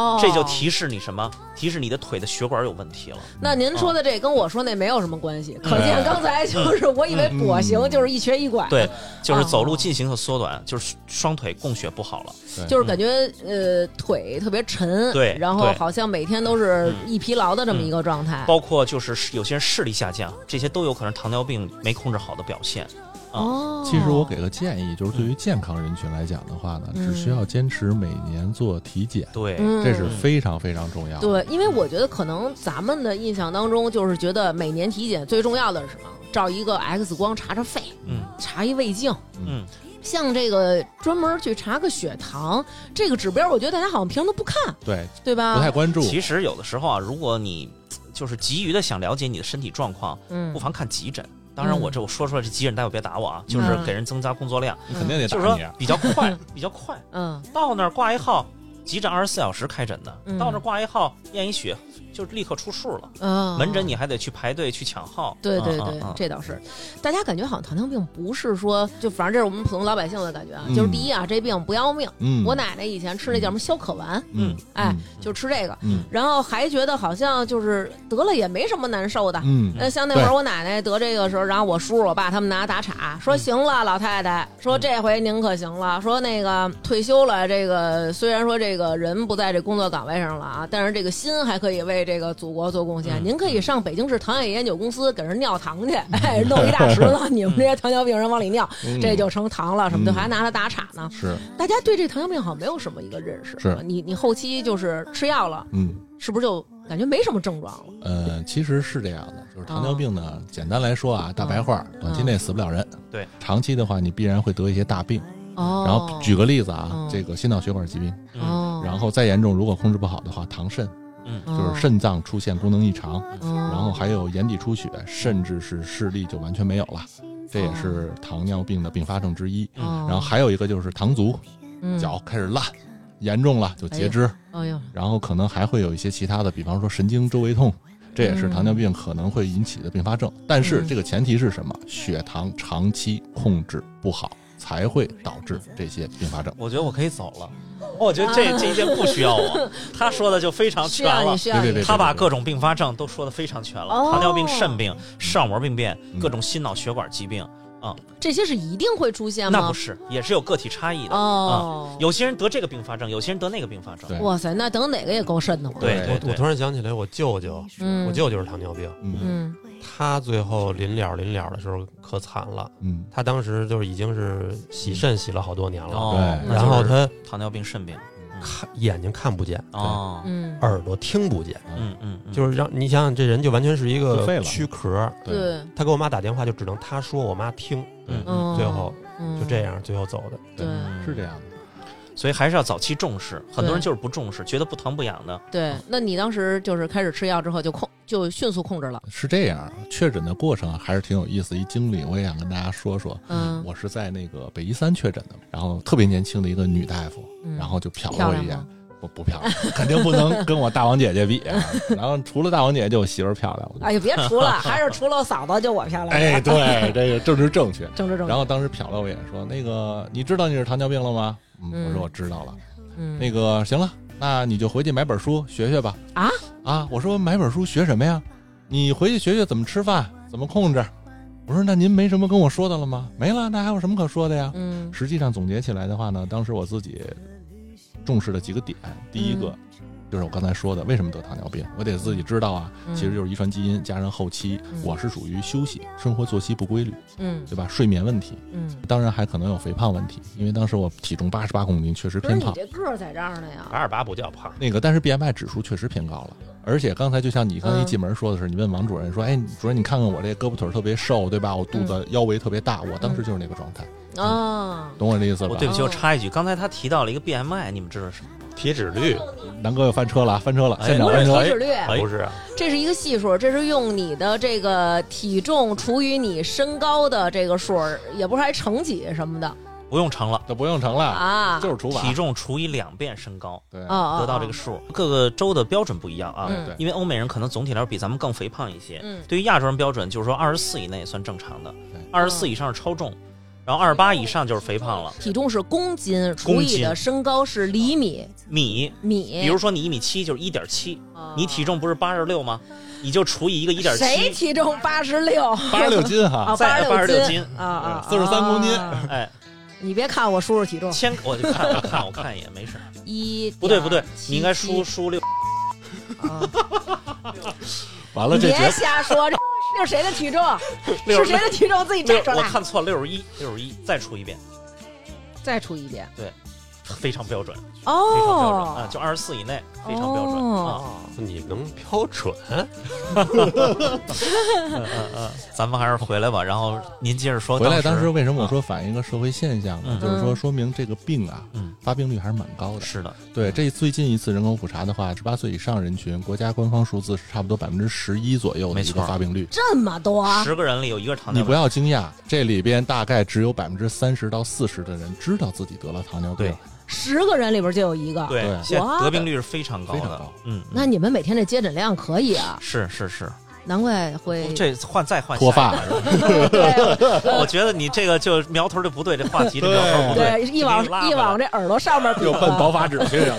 B: 哦，
D: 这就提示你什么？提示你的腿的血管有问题了。
B: 那您说的这跟我说那没有什么关系，可见刚才就是我以为跛行就是一瘸一拐，
D: 嗯对， [laughs] 就是走
B: 哦
D: 路进行的缩短，就是双腿供血不好了。
B: 就是感觉呃腿特别沉，
D: 嗯对
B: 然后
D: 对嗯
B: 好像每天都是一疲劳的这么一个状态。
D: 包括就是视有些人视力下降，这些都有可能是糖尿病没控制好的表现。啊
B: 哦，
C: 其实我给个建议，就是对于健康人群来讲的话呢，
B: 嗯
C: 只需要坚持每年做体检，
D: 对，
B: 嗯
C: 这是非常非常重要的。
B: 对，因为我觉得可能咱们的印象当中就是觉得每年体检最重要的是什么？照一个 X 光查查肺，
D: 嗯
B: 查一胃镜。
D: 嗯，
B: 像这个专门去查个血糖这个指标，我觉得大家好像平常都不看，
C: 对，
B: 对吧？
C: 不太关注。
D: 其实有的时候啊，如果你就是急于的想了解你的身体状况，
B: 嗯
D: 不妨看急诊。当然，我这我说出来这急诊，大夫别打我啊，就是
B: 嗯
D: 给人增加工作量，
C: 你肯定得
D: 就是
C: 打
D: 说
C: 你
B: [laughs]
C: 啊。
D: 比较快，比较快。
B: 嗯
D: 到那儿挂一号，急诊二十四小时开诊的，
B: 嗯
D: 到那儿挂一号验一血，就立刻出数了。
B: 嗯，
D: 门诊你还得去排队去抢号。
B: 对对
D: 嗯
B: 对，
D: 嗯
C: 啊
D: 嗯
B: 这倒是，大家感觉好像糖尿病不是说，就反正这是我们普通老百姓的感觉啊，就是
C: 嗯
B: 第一啊，这病不要命。
C: 嗯，
B: 我奶奶以前吃那叫什么消渴丸，
C: 嗯，
B: 哎，就吃这个，
C: 嗯
B: 然后还觉得好像就是得了也没什么难受的。
C: 嗯
B: 那像那会儿
C: 对
B: 我奶奶得这个时候，然后我叔叔我爸他们拿打岔
C: 嗯
B: 说：“行了，老太太，说这回您可行了，说那个退休了，这个虽然说这个人不在这工作岗位上了啊，但是这个心还可以为这个祖国做贡献。
D: 嗯
B: 您可以上北京市糖业研究公司给人尿糖去，哎，弄一大池子，
C: [laughs]
B: 你们这些糖尿病人往里尿，
C: 嗯
B: 这就成糖了，什么的，
C: 嗯
B: 还拿它打岔呢。
C: 是
B: 大家对这糖尿病好像没有什么一个认识。啊
C: 是
B: 你你后期就是吃药了，
C: 嗯。
B: 是不是就感觉没什么症状了？
C: 呃，其实是这样的，就是糖尿病呢，简单来说啊，大白话，短期内死不了人。
D: 对，
C: 长期的话，你必然会得一些大病。
B: 哦，
C: 然后举个例子啊
B: 嗯，
C: 这个心脑血管疾病，
D: 嗯
B: 哦，
C: 然后再严重，如果控制不好的话，糖肾
D: 嗯
C: 就是肾脏出现功能异常，
B: 哦，
C: 然
B: 然
C: 后还有眼底出血，甚至是视力就完全没有了，这也是糖尿病的并发症之一。
D: 嗯
B: 哦
C: 然后还有一个就是糖足，
B: 嗯
C: 脚开始烂，严重了就截肢，
B: 嗯，哎呦，
C: 然后可能还会有一些其他的，比方说神经周围痛，这也是糖尿病可能会引起的并发症。但是
B: 嗯
C: 这个前提是什么？血糖长期控制不好，才会导致这些并发症。
D: 我觉得我可以走了。哦我觉得
B: [laughs]
D: 这这一件不需要我，他说的就非常
B: 需
D: 全
B: 要
D: 了
B: 你，。需要
C: 对
B: 你
C: 对。对
D: 他把各种并发症都说的非常全了，
B: 哦
D: 糖尿病、肾病、视网膜病变、
C: 嗯
D: 各种心脑血管疾病，
B: 这些是一定会出现
D: 那
B: 吗
D: 不？是，也是有个体差异的。
B: 哦，
D: 有些人得这个并发症，有些人得那个并发症。
C: 对
B: 哇塞，那等哪个也够瘆得慌。
D: 对
C: 对
D: 对
A: 哎我
D: 对
A: 突然想起来，我舅舅，
B: 嗯，
A: 我舅舅是糖尿病，
C: 嗯
B: 嗯
A: 他最后临了临了的时候可惨了，
C: 嗯，
A: 他当时就是已经是洗肾洗了好多年了，
D: 哦，
C: 对
D: 那就是
A: 然后他
D: 糖尿病、肾病。
A: 看眼睛看不见，
D: 哦，
B: 嗯，
A: 耳朵听不见，
D: 嗯嗯，嗯
A: 就是让你想想，这人就完全是一
C: 就
A: 个
C: 废了
A: 躯壳。
C: 对，
B: 对，
A: 他给我妈打电话，就只能他说，我妈听，
D: 嗯嗯
B: 嗯，
A: 最后
B: 嗯
A: 就这，样，最后走的。
B: 对
D: 嗯
C: 是这样的。
D: 所以还是要早期重视。很多人
B: 对
D: 就是不重视，觉得不疼不痒的。
B: 对。那你当时就是开始吃药之后就控，就迅速控制了，
C: 是这样，确诊的过程还是挺有意思。一经历，我也想跟大家说说。
B: 嗯
C: 我是在那个北医三确诊的，然后特别年轻的一个女大夫，
B: 嗯
C: 然后就瞟了
B: 漂
C: 我
B: 亮
C: 一眼
B: 吗，？
C: 不不漂亮，肯定不能跟我大王姐姐比
B: [laughs]
C: 啊。然后除了大王姐姐，就我媳妇儿漂亮了。
B: 哎呀，别除了，还是除了我嫂子就我漂亮。
C: [laughs] 哎，对，这个政治正确。
B: [laughs] 正直正直。
C: 然后当时瞟了我一眼，说：“那个，你知道你是糖尿病了吗？”嗯，我
B: 嗯
C: 说我知道了。
B: 嗯
C: 那个行了，那你就回去买本书学学吧。
B: 啊
C: 啊！我说买本书学什么呀？你回去学学怎么吃饭，怎么控制。我说那您没什么跟我说的了吗？没了，那还有什么可说的呀？
B: 嗯
C: 实际上总结起来的话呢，当时我自己重视了几个点。第一
B: 嗯
C: 个、就是我刚才说的，为什么得糖尿病，我得自己知道啊，
B: 嗯
C: 其实就是遗传基因加上后期，
B: 嗯
C: 我是属于休息、生活作息不规律，
B: 嗯
C: 对吧？睡眠问题，
B: 嗯，
C: 当然还可能有肥胖问题，因为当时我体重八十八公斤，确实
B: 不是
C: 偏
B: 你
C: 胖。
B: 这个儿在这儿呢呀？
A: 二十八不叫胖，
C: 那个，但是 BMI 指数确实偏高了。而且刚才就像你刚才一
B: 嗯
C: 进门说的是，你问王主任说：“哎，主任，你看看我这胳膊腿儿特别瘦，对吧？我肚
B: 嗯
C: 子腰围特别大。”我当时就是那个状态，
B: 啊，
C: 懂我这意思吧
D: 我？对不起，
B: 哦
D: 我插一句，刚才他提到了一个 BMI，你们知道是什么？
A: 体脂率
C: 南哥又翻车了啊，翻车了，
D: 哎
C: 现场
B: 不
C: 翻
B: 是
C: 车。
B: 体脂率，
A: 不是啊，
B: 这是一个系数，这是用你的这个体重除以你身高的这个数儿，也不是还乘几什么的
D: 不用乘了，
C: 这不用成了，
B: 啊？
C: 就是除法。
D: 体重除以两遍身高，
C: 对，
B: 哦哦，
D: 得到这个
B: 哦
D: 数。各个州的标准不一样啊，
B: 嗯
C: 对对，
D: 因为欧美人可能总体来说比咱们更肥胖一些。
B: 嗯
D: 对于亚洲人标准，就是说二十四以内算正常的
C: 对，
D: 二十四以上是超重，然后二十八以上就是肥胖了。
B: 体重是公斤除
D: 公
B: 以
D: 斤
B: 的身高是厘米
D: 米，
B: 米，
D: 比如说你一米七就是一点七，
B: 哦
D: 你体重不是八十六吗？你就除以一个一点
B: 谁
D: 七，
B: 体重八十六
C: 八十六斤哈
B: 啊，，
D: 再
B: 八
D: 86
B: 斤
D: 斤
B: [laughs] 啊啊，
C: 43公斤
B: 啊
D: 哎，
B: 你别看我叔叔体重
D: 千我就看我看我看一眼，没事儿。
B: 一，
D: 不对不对，你应该输。输六。
B: 啊
C: 完了
B: 你
C: 这
B: 别
C: 节
B: 瞎说，这这是谁的体重？
D: 六
B: 是谁的体重？自己
D: 六
B: 摘，出
D: 我
B: 来，
D: 看错六十一，六十一，再除一遍，
B: 再除一遍。
D: 非常标准，非常标准啊，
B: 哦，
D: 就二十四以内，非常标准啊。
B: 哦
A: 你能标准？
D: 嗯嗯嗯，咱们还是回来吧。然后您接着说，
C: 回来，
D: 哦当啊
C: 当时为什么我说反映一个社会现象呢
D: 嗯？
C: 就是说，说明这个病啊
D: 嗯，
C: 发病率还是蛮高的。
D: 是的，
C: 对，这最近一次人口普查的话，十八岁以上人群，国家官方数字是差不多百分之十一左右的
D: 没
C: 一
D: 错
C: 个发病率。
B: 这么多，
D: 十个人里有一个糖
C: 你
D: 尿
C: 不
D: 病，
C: 要惊讶，这里边大概只有百分之三十到四十的人知道自己得了糖尿病
D: 对。
B: 十个人里边就有一个。
D: 对
C: 对，
D: 现在
B: 啊哇
D: 得病率是非常高
C: 非常
D: 的
C: 高。
D: 嗯，
B: 那你们每天这接诊量可以啊，
D: 是是是，
B: 难怪会
D: 哦这换再换
C: 脱发
D: 下一个人
B: 对
D: [laughs] 我觉得你这个就苗头就不对，这话题这苗
B: [laughs]
D: 头不
B: 对，一往
D: 就给你拉回来
B: 一往这耳朵上面比
C: 又奔
B: 划
C: 保法纸去了。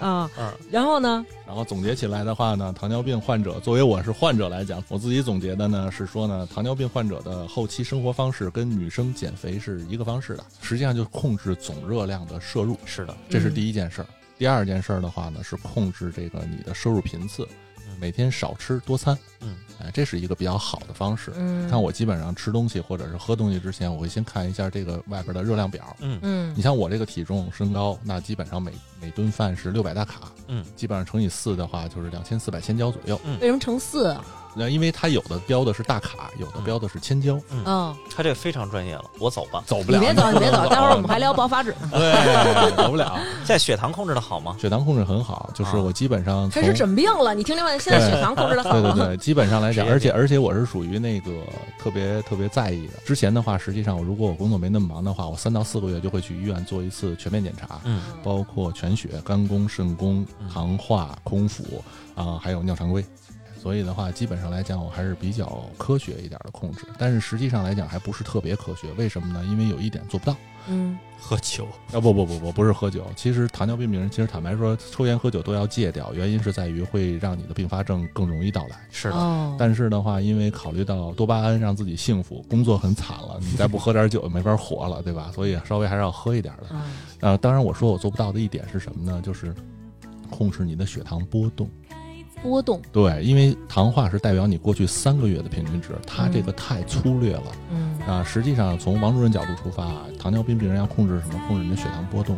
B: 啊
D: 嗯。
B: 然后呢，
C: 然后总结起来的话呢，糖尿病患者作为我是患者来讲，我自己总结的呢是说呢，糖尿病患者的后期生活方式跟女生减肥是一个方式的，实际上就是控制总热量的摄入，
D: 是的，
C: 这是第一件事儿。第二件事儿的话呢，是控制这个你的摄入频次，每天少吃多餐，
D: 嗯，
C: 哎，这是一个比较好的方式。
B: 嗯，
C: 看，我基本上吃东西或者是喝东西之前，我会先看一下这个外边的热量表，
D: 嗯
B: 嗯
C: 你像我这个体重身高，那基本上每每顿饭是六百大卡，
D: 嗯，
C: 基本上乘以四的话就是两千四百千焦左右。
B: 为什么乘四啊？
C: 那因为它有的标的是大卡，有的标的是千焦，
B: 嗯，
D: 他这个非常专业了，哦我走吧。
C: 走不
B: 你
C: 了。
B: 别走，你别
C: [laughs]
D: [laughs]
B: 走，待会儿我们还
C: 聊。
B: 聊保法纸呢。
C: 对，走
B: [laughs]
C: 不了。
D: 现在血糖控制的好吗？
C: 血糖控制很好，就是我基本上
B: 开
C: 从
B: 始诊病了，你听听看，现在血糖控制的好
C: 对对
B: 吗？
C: 对，基本上来讲，
D: 职业
C: 而且
D: 病
C: 而且我是属于那个特别特别在意的。之前的话，实际上我如果我工作没那么忙的话，我三到四个月就会去医院做一次全面检查。
D: 嗯
C: 包括全血、肝功、肾功、
D: 嗯
C: 糖化、空腹啊、还有尿常规。所以的话，基本上来讲，我还是比较科学一点的控制。但是实际上来讲，还不是特别科学。为什么呢？因为有一点做不到。
B: 嗯
A: 喝酒，
C: 啊不不不不不是喝酒，其实糖尿病病人其实坦白说，抽烟喝酒都要戒掉，原因是在于会让你的并发症更容易到来。
D: 是的，
B: 哦，
C: 但是的话，因为考虑到多巴胺让自己幸福，工作很惨了，你再不喝点酒没法活了，对吧？所以稍微还是要喝一点的。
B: 啊
C: 呃，当然我说我做不到的一点是什么呢？就是控制你的血糖波动。
B: 波动，
C: 对，因为糖化是代表你过去三个月的平均值，它这
B: 嗯
C: 个太粗略了。
B: 嗯
C: 啊，实际上从王主任角度出发，啊，糖尿病病人要控制什么？控制你的血糖波动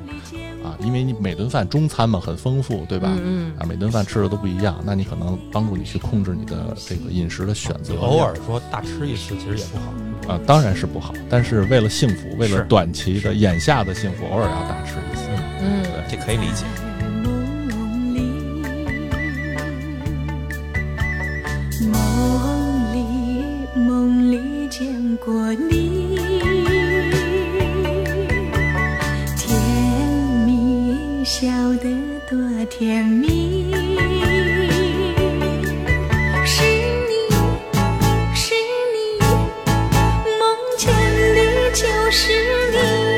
C: 啊，因为你每顿饭中餐嘛很丰富，对吧？
B: 嗯
C: 啊，每顿饭吃的都不一样，那你可能帮助你去控制你的这个饮食的选择。
A: 偶尔说大吃一次，其实也不好。
B: 嗯
C: 啊，当然是不好，但是为了幸福，为了
D: 是
C: 短期的眼下的幸福，偶尔要大吃一次。
B: 嗯嗯。
D: 这可以理解。
E: 梦里，梦里，梦里见过你，甜蜜，笑得多甜蜜。是你，是你，梦见的就是你。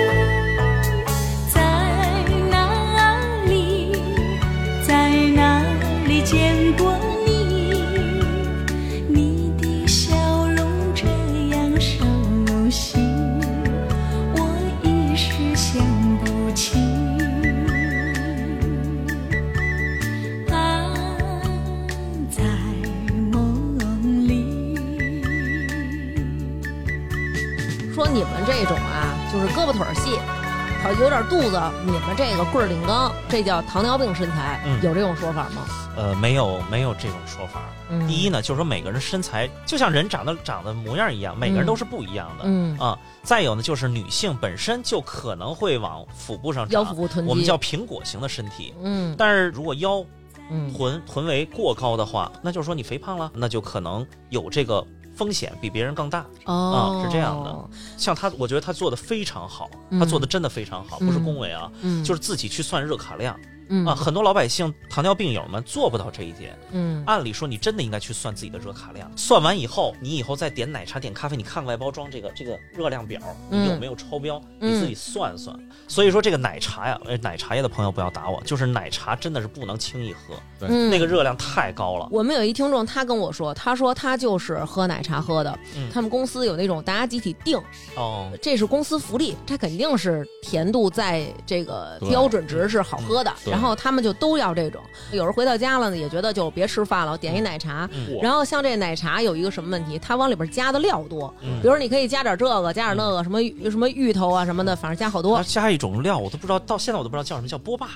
E: 在哪里，在哪里见过你？你的笑容这样熟悉，我一时想不起。啊，在梦里。
B: 说你们这种啊，就是胳膊腿儿细，好有点肚子，你们这个棍儿顶缸，这叫糖尿病身材，
D: 嗯
B: 有这种说法吗？
D: 呃，没有没有这种说法。
B: 嗯
D: 第一，呢，就是说每个人身材就像人长得长得模样一样，每个人都是不一样的。
B: 嗯，
D: 啊，再有呢，就是女性本身就可能会往腹部上
B: 腰
D: 长，
B: 腹部臀肌，
D: 我们叫苹果型的身体。
B: 嗯
D: 但是如果腰
B: 嗯
D: 臀臀围过高的话，那就是说你肥胖了，那就可能有这个风险比别人更大。
B: 哦、
D: 啊是这样的，像他，我觉得他做的非常好，
B: 嗯
D: 他做的真的非常好，
B: 嗯
D: 不是恭维啊，
B: 嗯，
D: 就是自己去算热卡量
B: 嗯
D: 啊。很多老百姓糖尿病友们做不到这一点。
B: 嗯
D: 按理说，你真的应该去算自己的热卡量，算完以后，你以后再点奶茶、点咖啡，你看外包装这个这个热量表，
B: 嗯
D: 你有没有超标，
B: 嗯
D: 你自己算算。所以说，这个奶茶呀，呃，奶茶业的朋友不要打我，就是奶茶真的是不能轻易喝，
B: 嗯
D: 那个热量太高了。
B: 我们有一听众，他跟我说，他说他就是喝奶茶喝的。
D: 嗯
B: 他们公司有那种大家集体订，
D: 哦，
B: 这是公司福利，它肯定是甜度在这个
C: 对
B: 标准值是好喝的。
C: 对
B: 然后他们就都要这种。有人回到家了呢，也觉得就别吃饭了，点一奶茶。
D: 嗯
B: 然后像这奶茶有一个什么问题，它往里边加的料多，
D: 嗯
B: 比如你可以加点这个，加点那个，什么芋什么芋头啊什么的，反正加好多
D: 它。加一种料，我都不知道，到现在我都不知道叫什么，叫波霸，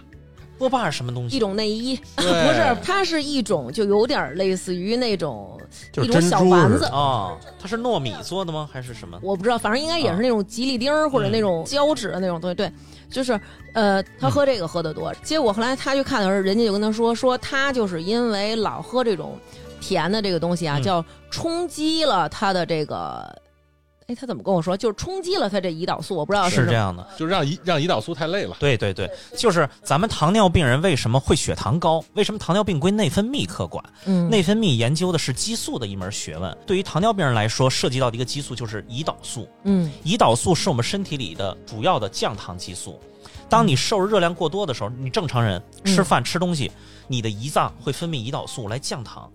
D: 波霸是什么东
B: 一
D: 西？
B: 种内衣
C: 对
B: [laughs] 不是，它是一种就有点类似于那种
A: 就是
B: 一种
A: 珍
B: 小
A: 珠
B: 丸
A: 似
B: 子
A: 的，
D: 哦，它是糯米做的吗？还是什么？
B: 我不知道，反正应该也
D: 啊
B: 是那种吉利丁儿或者
D: 嗯
B: 那种胶质的那种东西。对，就是呃，他喝这个喝的多，结果后来他去看的时候，人家就跟他说，说他就是因为老喝这种甜的这个东西啊，
D: 嗯
B: 叫冲击了他的这个。哎，他怎么跟我说？就是冲击了他这胰岛素，我不知道
D: 是
B: 什么。
D: 这样的，
C: 就让胰让胰岛素太累了。
D: 对对对，就是咱们糖尿病人为什么会血糖高？为什么糖尿病归内分泌科管？
B: 嗯，
D: 内分泌研究的是激素的一门学问。对于糖尿病人来说，涉及到的一个激素就是胰岛素。
B: 嗯
D: 胰岛素是我们身体里的主要的降糖激素。当你摄入热量过多的时候，你正常人
B: 嗯
D: 吃饭吃东西，你的胰脏会分泌胰岛素来降糖。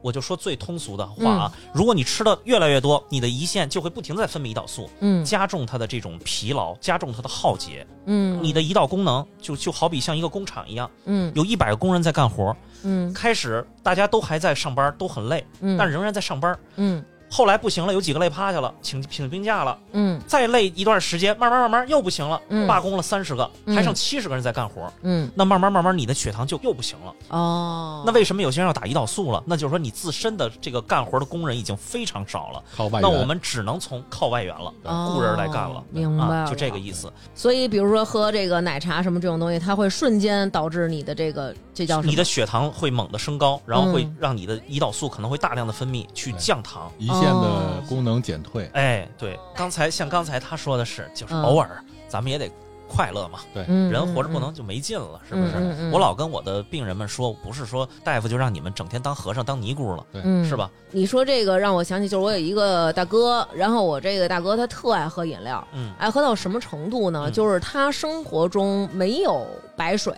D: 我就说最通俗的话啊，
B: 嗯
D: 如果你吃的越来越多，你的胰腺就会不停地在分泌胰岛素，
B: 嗯
D: 加重它的这种疲劳，加重它的耗竭。
B: 嗯，
D: 你的胰岛功能就就好比像一个工厂一样，
B: 嗯
D: 有一百个工人在干活，
B: 嗯
D: 开始大家都还在上班，都很累，
B: 嗯，
D: 但仍然在上班。
B: 嗯
D: 后来不行了，有几个累趴下了，请请病假了。
B: 嗯
D: 再累一段时间，慢慢慢慢又不行了，
B: 嗯
D: 罢工了三十个，
B: 嗯
D: 还剩七十个人在干活，
B: 嗯
D: 那慢慢慢慢你的血糖就又不行了。
B: 哦，
D: 那为什么有些人要打胰岛素了？那就是说你自身的这个干活的工人已经非常少了，
C: 靠外
B: 哎
D: 那
C: 援
D: 我们只能从靠外援了，
B: 哦
D: 雇人来干了，
B: 明白
D: 啊，
B: 了
D: 就这个意思。
B: 所以比如说喝这个奶茶什么这种东西，它会瞬间导致你的这个这叫什么？
D: 你的血糖会猛地升高，然后会
B: 嗯
D: 让你的胰岛素可能会大量的分泌去降糖。哎
C: 胰腺的
B: 哦
C: 功能减退。
D: 哎，对，刚才像刚才他说的是，就是
B: 嗯
D: 偶尔咱们也得快乐嘛。
B: 嗯，
D: 人活着不能就没劲了，是不
B: 嗯嗯
D: 是
B: 嗯？
D: 我老跟我的病人们说，不是说大夫就让你们整天当和尚当尼姑了，
B: 嗯
D: 是？吧？
B: 你说这个让我想起，就是我有一个大哥，然后我这个大哥他特爱喝饮料，
D: 嗯
B: 哎爱喝到什么程度呢？
D: 嗯
B: 就是他生活中没有白水。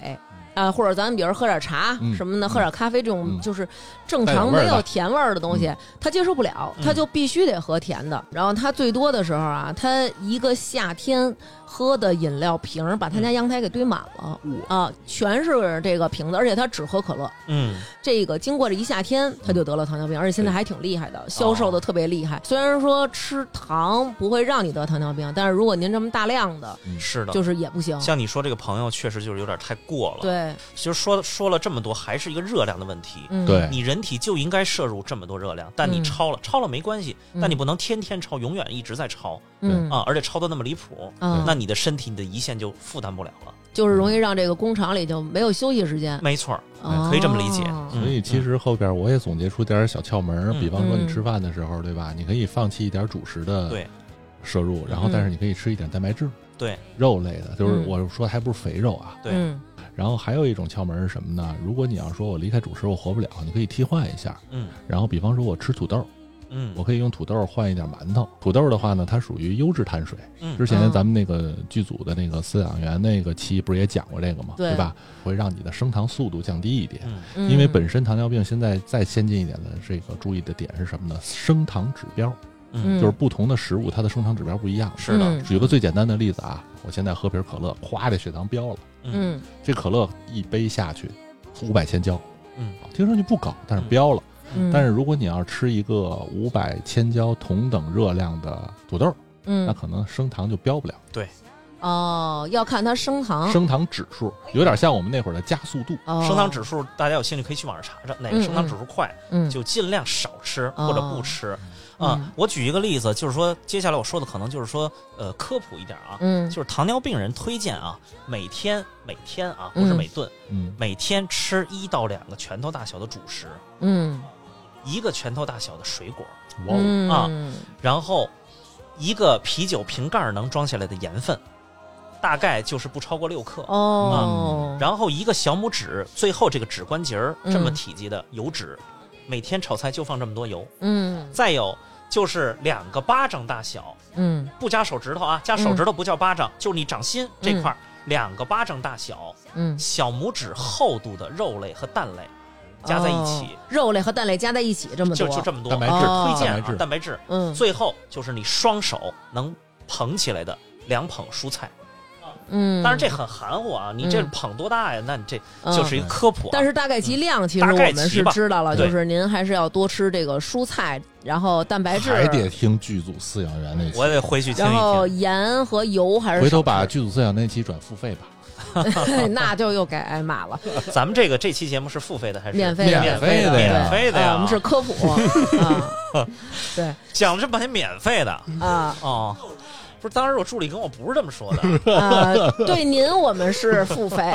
B: 啊，或者咱们比如喝点茶
C: 嗯
B: 什么的，喝点咖啡这种
C: 嗯
B: 就是正
C: 带点
B: 常
C: 味儿
B: 没有
C: 的嗯
B: 甜味儿的东西，他接受不了，
D: 嗯
B: 他就必须得喝甜的。然后他最多的时候啊，他一个夏天喝的饮料瓶儿把
C: 嗯
B: 他家阳台给堆满了啊，全是这个瓶子，而且他只喝可乐。
D: 嗯
B: 这个经过这一夏天，他就得了糖尿病，而且现在还挺厉害的，消瘦的特别
D: 哦
B: 厉害。虽然说吃糖不会让你得糖尿病，但是如果您这么大量的，
D: 是的。
B: 就是也不行。
D: 像你说这个朋友，确实就是有点太过了。
B: 对，
D: 其实说说了这么多，还是一个热量的问题。
B: 嗯，
C: 对，
D: 你人体就应该摄入这么多热量，但你
B: 嗯
D: 超了，超了没关系，但你
B: 嗯
D: 不能天天超，永远一直在超
B: 嗯
D: 啊，而且超的那么离谱，
B: 啊，
D: 那你的身体你的胰腺就负担不了了。
B: 就是容易让这个工厂里就没有休息时间，
D: 没错儿，
B: 哦
D: 可以这么理解。嗯
C: 所以其实后边我也总结出点儿小窍门儿，
D: 嗯
C: 比方说
B: 嗯
C: 你吃饭的时候，对吧？你可以放弃一点主食的
D: 对
C: 摄入，然后
B: 嗯
C: 但是你可以吃一点蛋白质，
D: 对，
C: 肉类的，就是
B: 嗯
C: 我说还不是肥肉啊。
D: 对
B: 嗯
C: 然后还有一种窍门儿是什么呢？如果你要说我离开主食我活不了，你可以替换一下。
D: 嗯
C: 然后比方说我吃土豆，
D: 嗯
C: 我可以用土豆换一点馒头。土豆的话呢，它属于优质碳水。
D: 嗯
C: 之
B: 哦
C: 前咱们那个剧组的那个饲养员那个期不是也讲过这个吗？
B: 对
C: 对吧？会让你的升糖速度降低一点。
D: 嗯
B: 嗯，
C: 因为本身糖尿病现在再先进一点的这个注意的点是什么呢？升糖指标，
D: 嗯
C: 就是不同的食物它的升糖指标不一样。
D: 是的，
B: 嗯
C: 举个最简单的例子啊，我现在喝瓶可乐，哗，这血糖飙了。
B: 嗯
C: 这可乐一杯下去，五百千焦，
D: 嗯
C: 听上去不高，但是
D: 嗯
C: 飙了。
B: 嗯，
C: 但是如果你要吃一个五百千焦同等热量的土豆，那
B: 嗯
C: 可能升糖就飙不了，
B: 哦，要看它升糖，
C: 升糖指数有点像我们那会儿的加速度。
B: 哦
D: 升糖指数，大家有兴趣可以去网上查查哪
B: 嗯
D: 个升糖指数快，
B: 嗯
D: 就尽量少吃或者不吃。
B: 哦
D: 啊
B: 嗯，
D: 我举一个例子，就是说，接下来我说的可能就是说，呃，科普一点啊，
B: 嗯
D: 就是糖尿病人推荐啊，每天每天啊，不是
B: 嗯
D: 每顿，
C: 嗯，
D: 每天吃一到两个拳头大小的主食，
B: 嗯
D: 一个拳头大小的水果，
C: 哇哦，
B: 嗯
D: 啊然后一个啤酒瓶盖能装下来的盐分，大概就是不超过六克。
B: 哦，
D: 然后一个小拇指，最后这个指关节儿
B: 嗯
D: 这么体积的油脂，每天炒菜就放这么多油。
B: 嗯
D: 再有就是两个巴掌大小，
B: 嗯
D: 不加手指头啊，加手指头不叫巴掌，就是你掌心这块儿、两个巴掌大小，
B: 嗯，
D: 小拇指厚度的肉类和蛋类加在一起
B: 哦，肉类和蛋类加在一起这么多，
D: 就就这么多。
C: 蛋白
B: 质
D: 推
B: 哦
D: 荐
C: 蛋白
D: 啊
C: 质，
D: 蛋白质。
B: 嗯
D: 最后就是你双手能捧起来的两捧蔬菜，
B: 嗯，
D: 当然这很含糊啊，你这
B: 嗯
D: 捧多大呀？那你这
B: 嗯
D: 就是一个科普啊。
B: 但是大概其量，其实
D: 大
B: 我
D: 概
B: 们
D: 齐
B: 是
D: 吧
B: 知道了，
D: 对
B: 就是您还是要多吃这个蔬菜，然后蛋白质，
C: 嗯还得听剧组饲养员那期。
D: 我得回去听一
B: 然后
D: 听。
B: 盐和油还是
C: 回头把
B: 少
C: 剧组饲养那期转付费吧， [laughs]
B: 吃 [laughs] 那就又该挨骂了。
D: 咱们这个这期节目是付费的还是
B: 免费的
D: 免
C: 费的
D: 的，
C: 呀
D: 免费的
B: 啊
D: 呀！
B: 我们是科普
D: [laughs]
B: 啊，对
D: 讲了这么半天免费的
B: 啊
D: 哦，不是，当时我助理跟我不是这么
B: [laughs]
D: 说的，
B: 啊，对您我们是付费，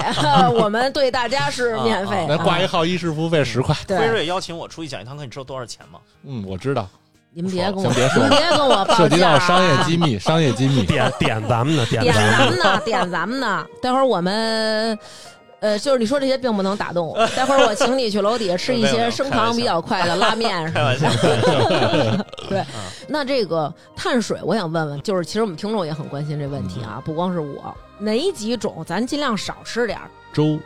B: [laughs] 我们对大家是免费。
C: 来挂一
B: 啊
C: 号衣食付费十块。
D: 辉
B: 对，
D: 瑞邀请我出去讲一堂课，你知道多少钱
B: [laughs]
D: 吗？
C: 嗯，我知道，
B: 您别跟我，
C: 先别说
B: 您
C: 了
B: 别跟我报
C: 涉及
B: 价
C: 到
B: 啊
C: 商业机密， [laughs] 商业机密。
A: 点点咱们的，点
B: 点
A: 咱们的。
B: 咱们
D: [laughs]
B: 呢，点咱们呢。待会儿我们，呃，就是你说这些并不能打动我。
D: [laughs]
B: 待会儿我请你去楼底下吃一
D: 没有没
B: 些
D: 有
B: 升糖比较快的拉面。
D: [laughs] 开玩笑，
B: 那这个碳水，我想问问，就是其实我们听众也很关心这问题
D: 嗯
B: 啊，不光是我，哪几种咱尽量少吃点儿。
C: 粥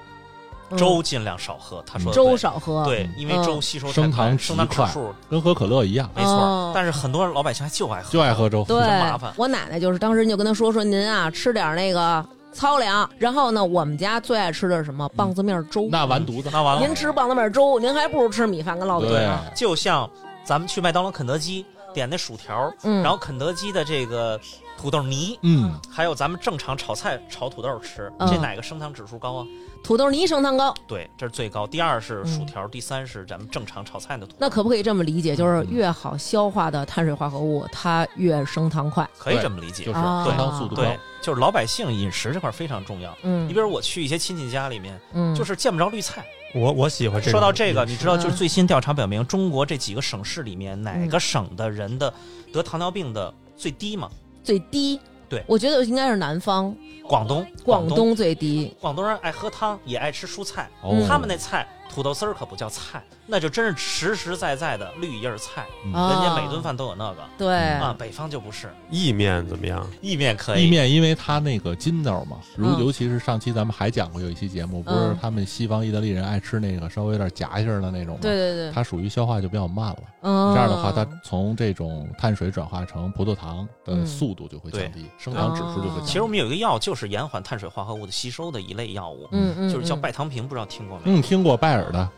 B: 嗯
D: 粥尽量少喝。他说的
B: 粥嗯
D: 对
B: 少喝，
D: 对，因为粥吸收太
C: 升
D: 快
C: 糖
D: 升糖
C: 极
D: 指
C: 快
D: 数
C: 跟喝可乐一样，
D: 没错
B: 哦
D: 儿，但是很多老百姓还就爱喝，
C: 就爱喝粥。
B: 对
D: 麻烦，
B: 我奶奶就是当时你就跟她说说您啊吃点儿那个糙粮，然后呢我们家最爱吃的是什么棒子面粥。
C: 那完犊子。
D: 嗯那完了，
B: 您吃棒子面粥，您还不如吃米饭跟烙饼
C: 对
B: 呢。
D: 就像咱们去麦当劳、肯德基点那薯条，
B: 嗯
D: 然后肯德基的这个土豆泥，
C: 嗯，
D: 还有咱们正常炒菜炒土豆吃，
B: 嗯
D: 这哪个升糖指数高啊？
B: 土豆泥升糖高，
D: 对，这是最高。第二是薯条，第三是咱们正常炒菜的土豆，
B: 嗯那可不可以这么理解？就是越好消化的碳水化合物，它越升糖快。
D: 可以这么理解
C: 就。是
B: 啊
C: 升糖速度高
D: 对。，就是老百姓饮食这块非常重要。
B: 嗯，
D: 你比如我去一些亲戚家里面，
B: 嗯，
D: 就是见不着绿菜。
A: 我我喜欢这。
D: 说到这个，你知道，
B: 嗯
D: 就是最新调查表明，中国这几个省市里面，哪个省的人的得糖尿病的最低吗？
B: 最低
D: 对
B: 我觉得应该是南方，
D: 广东，
B: 广
D: 东，
B: 东嗯最低。
D: 广东人爱喝汤，也爱吃蔬菜。
C: 哦
D: 他们那菜土豆丝儿可不叫菜，那就真是实实在在的绿叶儿菜，
C: 嗯
D: 人家
B: 啊，哎
D: 每顿饭都有那个。
B: 对
D: 啊，北方就不是
A: 意面怎么样？
D: 意面可以，
C: 意面，因为它那个筋道嘛，如
B: 嗯
C: 尤其是上期咱们还讲过有一期节目，不是
B: 嗯
C: 他们西方意大利人爱吃那个稍微有点夹心儿的那种吗？
B: 对，对对，
C: 它属于消化就比较慢了。
B: 嗯，
C: 这样的话，它从这种碳水转化成葡萄糖的
B: 嗯哦
C: 速度就会降
D: 对
C: 低，升糖指数就会降低。
D: 其实我们有一个药就是延缓碳水化合物的吸收的一类药物，
B: 嗯嗯，
D: 就是叫
B: 嗯
D: 拜糖平，不知道听过没有？
C: 嗯，听过拜耳的，
D: 啊，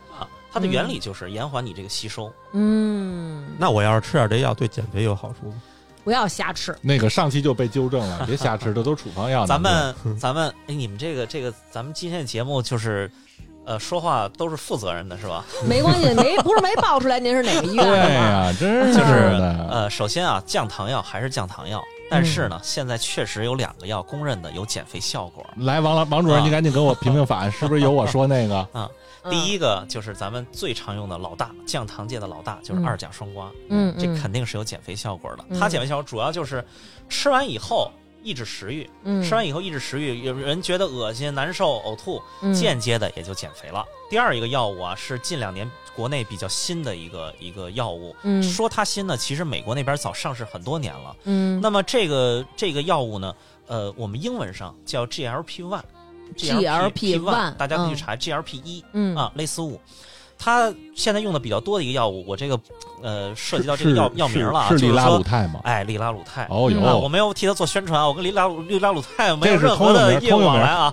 D: 它的原理就是延缓你这个吸收。
B: 嗯，
A: 那我要是吃点这药，对减肥有好处吗？
B: 不要瞎
C: [laughs]
B: 吃。
C: 那个上期就被纠正了，别瞎吃，这都是处方药。
D: 咱
C: 南
D: 们咱们哎，你们这个这个，咱们今天的节目就是，呃，说话都是负责任的，是吧？
B: 没关系，没不是没报出来您是哪个医
C: 京
B: 院
C: 对
B: 的吗？
C: 呀，真是
D: 就是
C: 的，
D: 呃，首先啊，降糖药还是降糖药，
B: 嗯
D: 但是呢，现在确实有两个药公认的有减肥效果。
C: 来王老王主任，
D: 啊
C: 你赶紧给我评评法，是不是有我说那个？
B: 嗯
D: 第，一个就是咱们最常用的老大，降糖界的老大就是
B: 嗯
D: 二甲双胍，
B: 嗯，
D: 这
B: 嗯
D: 肯定是有减肥效果的。
B: 嗯
D: 它减肥效果主要就是吃完以后抑制食欲，
B: 嗯
D: 吃完以后抑制食欲，有人觉得恶心、难受、呕吐，
B: 嗯
D: 间接的也就减肥了。第二一个药物啊，是近两年国内比较新的一个一个药物。
B: 嗯
D: 说它新呢，其实美国那边早上市很多年了。
B: 嗯
D: 那么这个这个药物呢，呃，我们英文上叫 GLP one。
B: GLP-1
D: 大家可以去查 GLP 一
B: 嗯
D: 啊，类似物。它现在用的比较多的一个药物，我这个呃 [laughs] 涉及到这
C: 是
D: 个药药名了啊，
C: 是
D: 就
C: 利
D: 是
C: 拉鲁
D: 说，
C: 肽吗？
D: 哎，利拉鲁肽。
C: 哦
B: 嗯啊
D: 啊，
C: 哟
D: 我，没有替他做宣传啊，我跟利拉鲁利拉鲁肽没有
C: 这是
D: 任
C: 通
D: 何
C: 用名
D: 的业
C: 通
D: 务
C: 用
D: 往
C: 名
D: 来啊。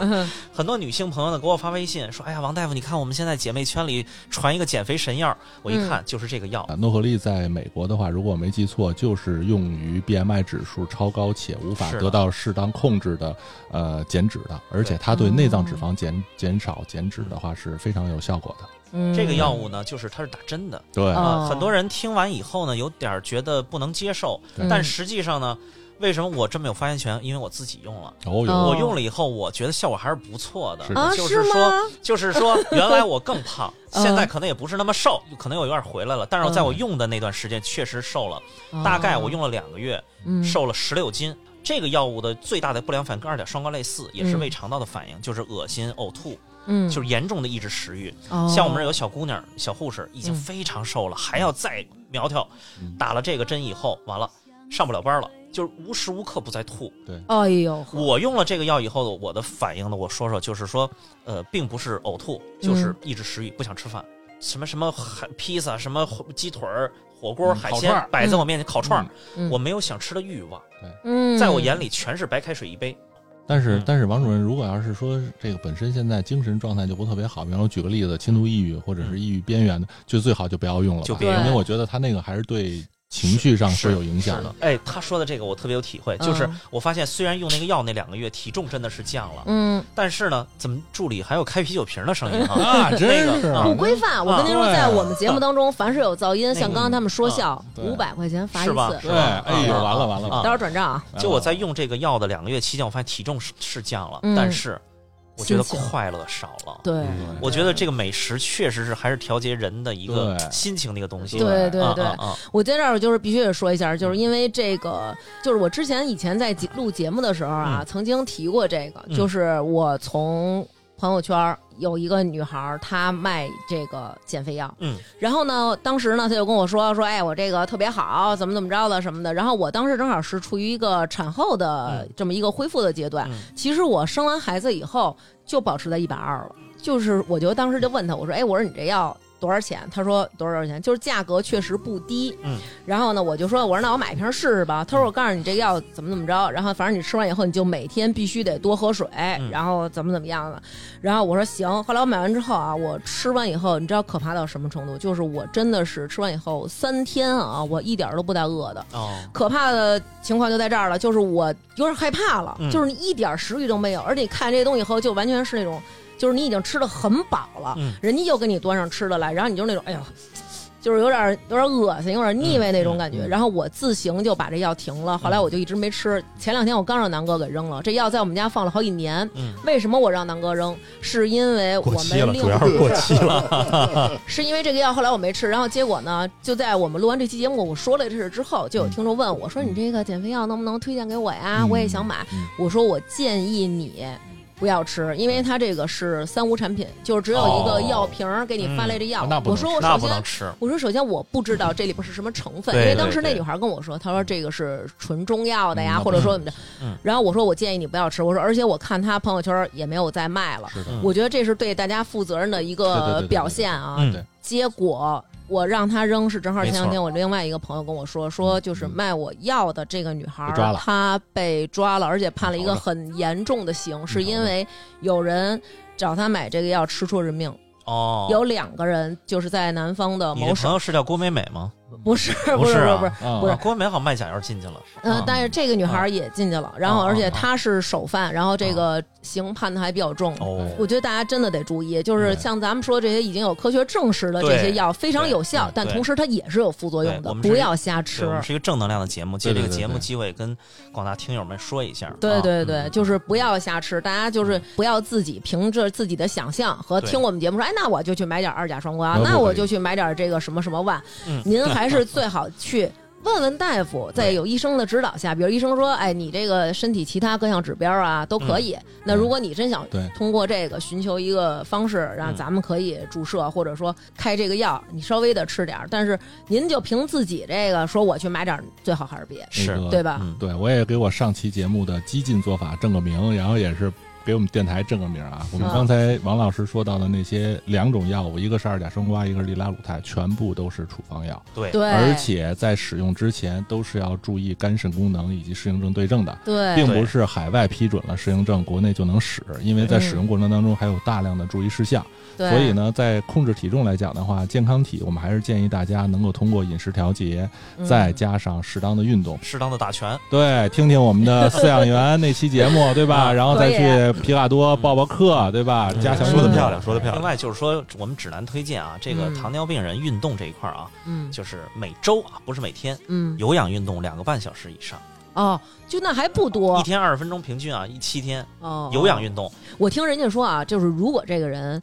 B: 嗯
D: 很多女性朋友呢给我发微信说：“哎呀，王大夫，你看我们现在姐妹圈里传一个减肥神药，我一
B: 嗯
D: 看就是这个药。
C: 啊诺和利在美国的话，如果我没记错，就是用于 BMI 指数超高且无法
D: 是的
C: 得到适当控制的呃减脂的，而且它对内
B: 嗯
C: 脏脂肪减减少减脂的话是非常有效果的。
B: 嗯
D: 这个药物呢，就是它是打针的
C: 对，
B: 哦
D: 啊、很多人听完以后呢，有点儿觉得不能接受，
C: 对
D: 但实际上呢，为什么我这么有发言权？因为我自己用了，
C: 哦
B: 哦
C: 哟，
D: 我用了以后，我觉得效果还是不错的。
C: 是
B: 啊
D: 就是是说，
B: 吗？
D: 就
B: [laughs]
D: 是说，原来我更胖，
B: 嗯
D: 现在可能也不是那么瘦，可能有点回来了。但是我在我用的那段时间确实瘦了，
B: 哦
D: 大概我用了两个月，
C: 嗯
B: 用
D: 瘦了十六斤。这个药物的最大的不良反应跟二甲双胍类似，
C: 嗯
D: 也是胃肠道的反应，就是恶心、呕吐，
B: 嗯，
D: 就是严重的抑制食欲。
B: 哦
D: 像我们这有小姑娘、小护士，已经非常瘦了，还要再苗条
C: 嗯。
D: 打了这个针以后，完了上不了班了，就是无时无刻不在吐。
B: 哎呦呵，
C: 嗯
D: 我用了这个药以后，我的反应呢，我说说，就是说，呃，并不是呕吐，
C: 嗯
D: 就是抑制食欲，不想吃饭。什么什么海披萨，什么鸡腿儿、火锅、
C: 嗯
D: 海
C: 烤
D: 鲜
C: 串儿
D: 摆在我面前，烤串儿，
B: 嗯
D: 我没有想吃的欲望，
B: 嗯，
D: 在我眼里全是白开水一杯。
C: 但是
D: 嗯
C: 但是王主任，如果要是说这个本身现在精神状态就不特别好，比方说举个例子，轻度抑郁或者是抑郁边缘的，就最好就不要用了吧，
D: 嗯就别用
C: 因为我觉得它那个还是对情绪上
D: 是
C: 有影响
D: 是的。。哎，他说的这个我特别有体会，就是
B: 嗯
D: 我发现虽然用那个药那两个月体重真的是降了，
B: 嗯
D: 但是呢，怎么助理还有开啤酒瓶的声音
C: [laughs]
D: 啊？
C: 啊，真是
D: 那个
B: 不
C: 啊
B: 规范。我跟您说，
C: 对啊
B: 在我们节目当中，凡是有噪音，
D: 那个啊
B: 像刚刚他们说笑，
C: 对
B: 五百块钱罚嗯一
D: 是
B: [laughs]
D: 吧？
B: 次，
D: 是吧
C: 对哎呦
D: 啊
C: 完了完了
D: 啊
B: 待会儿转账啊。
D: 就我在用这个药的两个月期间，我发现体重是是降了，
B: 嗯
D: 但是我觉得
B: 心情
D: 快乐少了。
B: 对
A: 嗯
D: 我觉得这个美食确实是还是调节人的一个
C: 对
D: 心情的一个东西。
B: 对对
D: 啊
B: 对
D: 啊啊
B: 我在这儿就是必须得说一下，
D: 嗯
B: 就是因为这个，就是我之前以前在节录节目的时候啊，
D: 嗯
B: 曾经提过这个，
D: 嗯
B: 就是我从朋友圈儿有一个女孩儿，她卖这个减肥药，
D: 嗯，
B: 然后呢，当时呢，她就跟我说说，哎，我这个特别好，怎么怎么着的什么的。然后我当时正好是处于一个产后的
D: 嗯
B: 这么一个恢复的阶段，
D: 嗯
B: 其实我生完孩子以后就保持在一百二了，就是我就当时就问他，我说，哎，我说你这药多少钱？他说多少多少钱，就是价格确实不低。
D: 嗯，
B: 然后呢，我就说，我说那我买一瓶试试吧。他说我告诉你这药怎么怎么着，然后反正你吃完以后你就每天必须得多喝水，然后怎么怎么样的。然后我说行，后来我买完之后啊，我吃完以后，你知道可怕到什么程度？就是我真的是吃完以后三天啊，我一点儿都不带饿的。
D: 哦，
B: 可怕的情况就在这儿了，就是我有点害怕了，
D: 嗯
B: 就是你一点食欲都没有，而且你看这些东西以后就完全是那种，就是你已经吃的很饱了，
D: 嗯
B: 人家又给你端上吃的来，然后你就那种，哎呦，就是有点有点恶心，有点腻味那种感觉。
C: 嗯嗯
B: 然后我自行就把这药停了，
A: 嗯
B: 后来我就一直没吃。前两天我刚让南哥给扔了，这药在我们家放了好几年。
D: 嗯
B: 为什么我让南哥扔？是因为我
A: 过期了，
B: 们另
A: 主要是过期了。
B: [laughs] 是因为这个药后来我没吃，然后结果呢，就在我们录完这期节目我说了这事儿之后，就有听众问我说：“你这个减肥药能不能推荐给我呀？
C: 嗯
B: 我也想买。
C: 嗯”
B: 我说：“我建议你。”不要吃，因为它这个是三无产品，就是只有一个
D: 哦
B: 药瓶儿给你发来这药。
C: 嗯那不能
B: 我说我
D: 那
B: 首
D: 不能
B: 先啊
D: 吃。
B: 我说，首先我不知道这里边是什么成分，
D: 对
B: 因为当时
D: 对
B: 那
D: 对
B: 女孩跟我说，她说这个是纯中药的呀，
C: 嗯
B: 或者说怎么着。
D: 嗯
B: 然后我说我建议你不要吃，我说而且我看她朋友圈也没有再卖了，
C: 是的，
D: 嗯
B: 我觉得这是对大家负责任的一
C: 对对对对
B: 个
C: 对
B: 表现啊。
D: 嗯
C: 对
B: 结果我让她扔是正好
D: 没
B: 前
D: 错嗯
B: 两天我另外一个朋友跟我说，说就是卖我药的这个女孩
C: 被抓
B: 儿，
C: 了
B: 她被抓了，而且判了一个
C: 好的
B: 很严重的刑，
D: 嗯
B: 是因为有人找她买这个药吃出人命。
D: 哦，
B: 有两个人就是在南方的
D: 你
B: 某
D: 的朋
B: 省， [laughs]
D: 友是叫郭美美吗？
B: 不是
D: 不
B: 不
D: 是
B: 是
D: 啊
B: 不是，
C: 啊
B: 不是
D: 啊郭美美好像卖假药进去了。
B: 呃
D: 啊，
B: 但是这个女孩儿也进去了，
D: 哦
B: 然后而且她是首犯，然后这个刑判的还比较重。
D: 哦，
B: 我觉得大家真的得注意，就是
C: 对
B: 像咱们说这些已经有科学证实的这些药非常有效
D: 对，
B: 但
D: 对
B: 同时它也是有副作用
D: 对我
B: 的，
D: 们是
B: 不要瞎吃
D: 对我。们是一个正能量的节目，借这
C: 对
D: 个
C: 对对
D: 节目
C: 对
D: 机会跟广大听友们说一下。
B: 对
D: 啊嗯
B: 对对，就是不要瞎吃，大家就是不要自己凭着自己的想象和
D: 对
B: 听我们节目说，哎，那我就去买点二甲双
C: 那
B: 胍，啊
C: 不可以
B: 那我就去买点这个什么什么万
D: 嗯，
B: 您还
D: [laughs]
B: 是最好去。问问大夫，在
D: 对
B: 有医生的指导下，比如医生说：“哎，你这个身体其他各项指标啊都
D: 嗯
B: 可以。那如果你真想
C: 对
B: 通过这个寻求一个方式，让
D: 嗯
B: 咱们可以注射，或者说开这个药，你稍微的吃点儿。但是您就凭自己这个说我去买点儿，最好还是啊别，
D: 是
C: 那个
B: 对吧？
D: 嗯，
C: 对，我也给我上期节目的激进做法正个名，然后也是给我们电台正个名啊。我们
B: 嗯
C: 刚才王老师说到的那些两种药物，一个是二甲双胍，一个是利拉鲁肽，全部都是处方药，
D: 对
B: 对，
C: 而且在使用之前都是要注意肝肾功能以及适应症对症的。
B: 对，
C: 并不是海外批准了适应症，国内就能使，因为在使用过程当中还有大量的注意事项。
B: 嗯对
C: 所以呢，在控制体重来讲的话，健康体我们还是建议大家能够通过饮食调节，
B: 嗯
C: 再加上适当的运动，
D: 适当的打拳，
C: 对，听听我
B: [laughs]
C: 们的饲养员那期节目，对吧？
D: 啊
C: 然后再去皮卡多
D: 嗯
C: 报报课，对吧？加强
A: 说的
C: 运动
A: 漂亮，说的漂
D: 另
A: 亮。
D: 外就是说，我们指南推荐啊，这个
B: 嗯
D: 糖尿病人运动这一块儿啊，
B: 嗯
D: 就是每周啊，不是每天，
B: 嗯
D: 有氧运动两个半小时以上，
B: 哦，就那还不
D: 一
B: 多
D: 天二十分钟，平均啊，一七天
B: 哦。
D: 有氧运动，
B: 我听人家说啊，就是如果这个人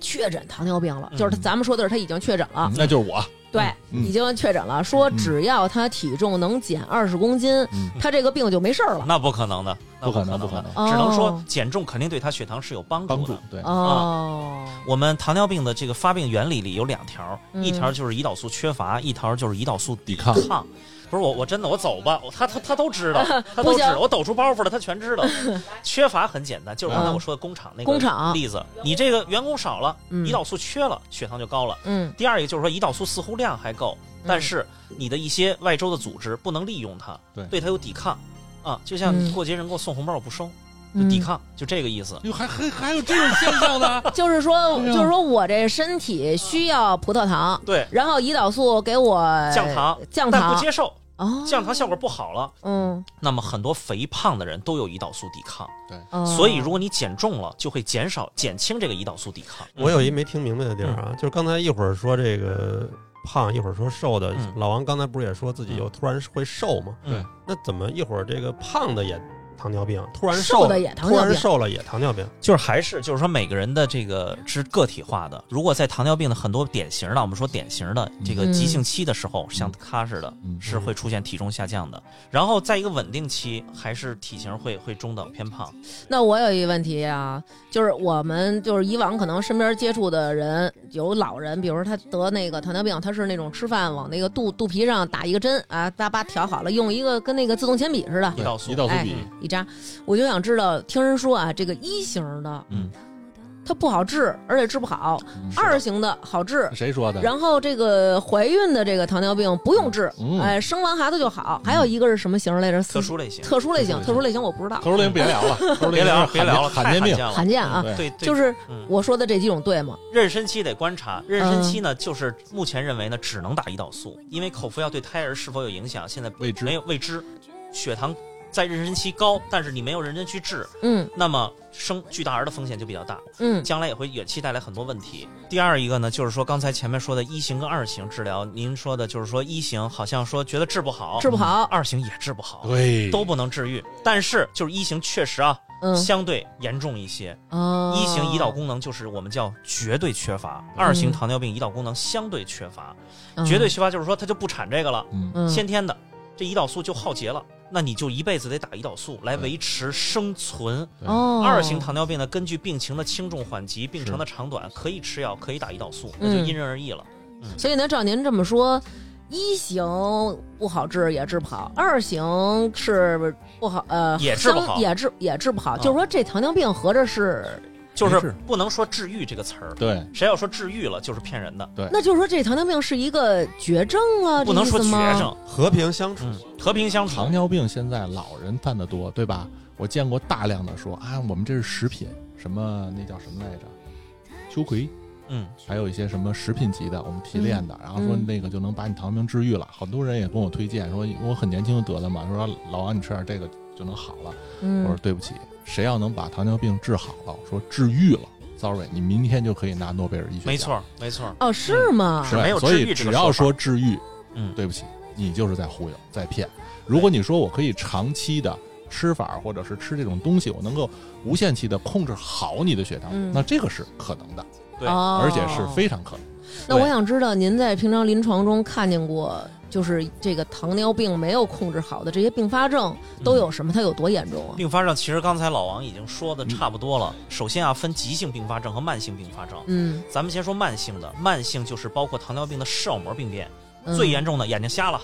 B: 确诊糖尿病了，
D: 嗯
B: 就是他咱们说的是他已经确诊了，
C: 那就是我，
B: 对，
C: 嗯
B: 已经确诊了，说只要他体重能减二十公斤，
C: 嗯
B: 他这个病就没事儿了。
D: 那不可能的，那
C: 不
D: 可
C: 可能，不可
D: 的
C: 能，
B: 哦
D: 只能说减重肯定对他血糖是有帮
C: 帮
D: 助
C: 助
B: 嗯
D: 的。
C: 对，
B: 哦，
D: 我们糖尿病的这个发病原理里有两条，
B: 嗯
D: 一条就是胰岛素缺乏，一条就是胰岛素抵
C: 抵抗
D: 抗。不是我，我真的我走吧，我他他他都知道，
B: [laughs]
D: 他
B: 不
D: 都
B: 行
D: 知道，我抖出包袱了，他全知道。
B: [laughs]
D: 缺乏很简单，就是刚才
B: 嗯
D: 我说的工厂那个
B: 工厂
D: 例子，你这个员工少了，
B: 嗯
D: 胰岛素缺了，血糖就高了。
B: 嗯
D: 第二个就是说，胰岛素似乎量还够，但是你的一些外周的组织不能利用它，
C: 对
D: 对它有抵抗啊。就像
B: 嗯
D: 过节人给我送红包，我不收，就抵抗，就这个意思。
C: 哟，还还还有这种现象呢？
B: 就是说，
C: 哎呀
B: 就是说我这身体需要葡萄糖，
D: 对，
B: 然后胰岛素给我
D: 降糖，
B: 哎降
D: 但
B: 糖
D: 不接受
B: 哦，
D: 降糖效果不好了，
B: 嗯，
D: 那么很多肥胖的人都有胰岛素抵抗，
B: 哦
D: 所以如果你减重了，就会减少减轻这个胰岛素抵抗。
A: 我有一没听明白的地儿啊，就是刚才一会儿说这个胖，一会儿说瘦的。
D: 嗯
A: 老王刚才不是也说自己又突然会瘦吗？
D: 嗯
C: 对
A: 那怎么一会儿这个胖的也糖尿病，突然
B: 瘦
A: 了
B: 的也糖尿
A: 突然
B: 病，
A: 瘦了也糖尿病？
D: 就是还是就是说每个人的这个是个体化的。如果在糖尿病的很多典型的，我们说典型的这个
B: 嗯
D: 急性期的时候，像他似的，
C: 嗯
D: 是会出现体重下降的。
B: 嗯
D: 然后在一个稳定期，还是体型会会中等偏胖。
B: 那我有一个问题啊，就是我们就是以往可能身边接触的人有老人，比如说他得那个糖尿病，他是那种吃饭往那个肚肚皮上打一个针啊，叭叭调好了，用一个跟那个自动铅笔似的
C: 对
D: 胰岛素
C: 胰岛素
B: 哎
C: 比，
B: 一扎。我就想知道，听人说啊，这个一型的，
C: 嗯，
B: 它不好治，而且治不好；
C: 嗯
B: 二型的好治，
C: 谁说的？
B: 然后这个怀孕的这个糖尿病不用治，
C: 嗯
B: 哎，生完孩子就好。还有一个是什么型来着？
D: 特殊类型，
B: 特殊类型，
C: 特殊类型
B: 特殊类型我不知道，
C: 头林别聊
B: [laughs]
C: 了，头
D: 别聊别聊了，
C: 罕
D: 太
C: 见病，
D: 了。
B: 罕见啊。
C: 对
D: 对，对
B: 就是
D: 嗯
B: 我说的这几种对吗？
D: 妊娠期得观
B: 嗯
D: 察，妊娠期呢，就是目前认为呢，只能打胰岛素，因为口服药对胎儿是否有影响，现在
C: 未知
D: 没有未知。血糖在妊娠期高，但是你没有认真去治，
B: 嗯
D: 那么生巨大儿的风险就比较大，
B: 嗯
D: 将来也会远期带来很多问题。第二一个呢，就是说刚才前面说的一型跟二型治疗，您说的就是说一型好像说觉得治不好，
B: 治不好，
D: 二型也治不好，
C: 对，
D: 都不能治愈。但是就是一型确实啊，
B: 嗯
D: 相对严重一些。
B: 啊，
D: 一型胰岛功能就是我们叫绝对缺乏，二型糖尿病胰岛功能相对缺乏。
B: 嗯
D: 绝对缺乏就是说它就不产这个了，
C: 嗯，
B: 嗯
D: 先天的，这胰岛素就耗竭了。那你就一辈子得打胰岛素来维持生存。
C: 对
B: 哦，
D: 二型糖尿病呢，根据病情的轻重缓急、病程的长短，可以吃药，可以打胰岛素，那就
B: 嗯
D: 因人而异了。
B: 所以呢，照您这么说，一型不好治也治不好，二型是不好呃
D: 也治不好
B: 相也治也治不好。
D: 啊
B: 就是说，这糖尿病合着是，
D: 就
C: 没
D: 是
C: 事
D: 不能说治愈这个词儿，
C: 对，
D: 谁要说治愈了就是骗人的，
B: 那就是说这糖尿病是一个绝症啊，
D: 不能说
B: 这
D: 绝
B: 意思吗。
D: 症。
A: 和平相处
D: 嗯，和平相处
C: 糖。尿病现在老人犯的多，对吧？我见过大量的说啊，我们这是食品，什么那叫什么来着？秋葵，
D: 嗯，
C: 还有一些什么食品级的，我们提炼的，然后说
B: 嗯
C: 那个就能把你糖尿病治愈了。好多人也跟我推荐说，因为我很年轻就得的嘛，说老王你吃点这个就能好了。我说
B: 嗯，
C: 对不起，谁要能把糖尿病治好了，说治愈了，sorry，你明天就可以拿诺贝尔医学奖。
D: 没，错，没错。
B: 哦，是吗？
D: 是没有
C: 所
D: 治愈
C: 以
D: 这
C: 只
D: 个
C: 要
D: 说
C: 说治愈，
D: 嗯，
C: 对不起，你就是在忽悠，在骗。如果你说我可以长期的吃法，或者是吃这种东西，我能够无限期的控制好你的血糖，
B: 嗯
C: 那这个是可能的，
D: 对
B: 哦
C: 而且是非常可能。
B: 那我想知道，您在平常临床中看见过，就是这个糖尿病没有控制好的这些并发症
D: 嗯
B: 都有什么？它有多严重啊？
D: 并发症其实刚才老王已经说的差不多了。首先啊，分急性并发症和慢性并发症。
B: 嗯，
D: 咱们先说慢性的，慢性就是包括糖尿病的视网膜病变，
B: 嗯
D: 最严重的眼睛瞎了，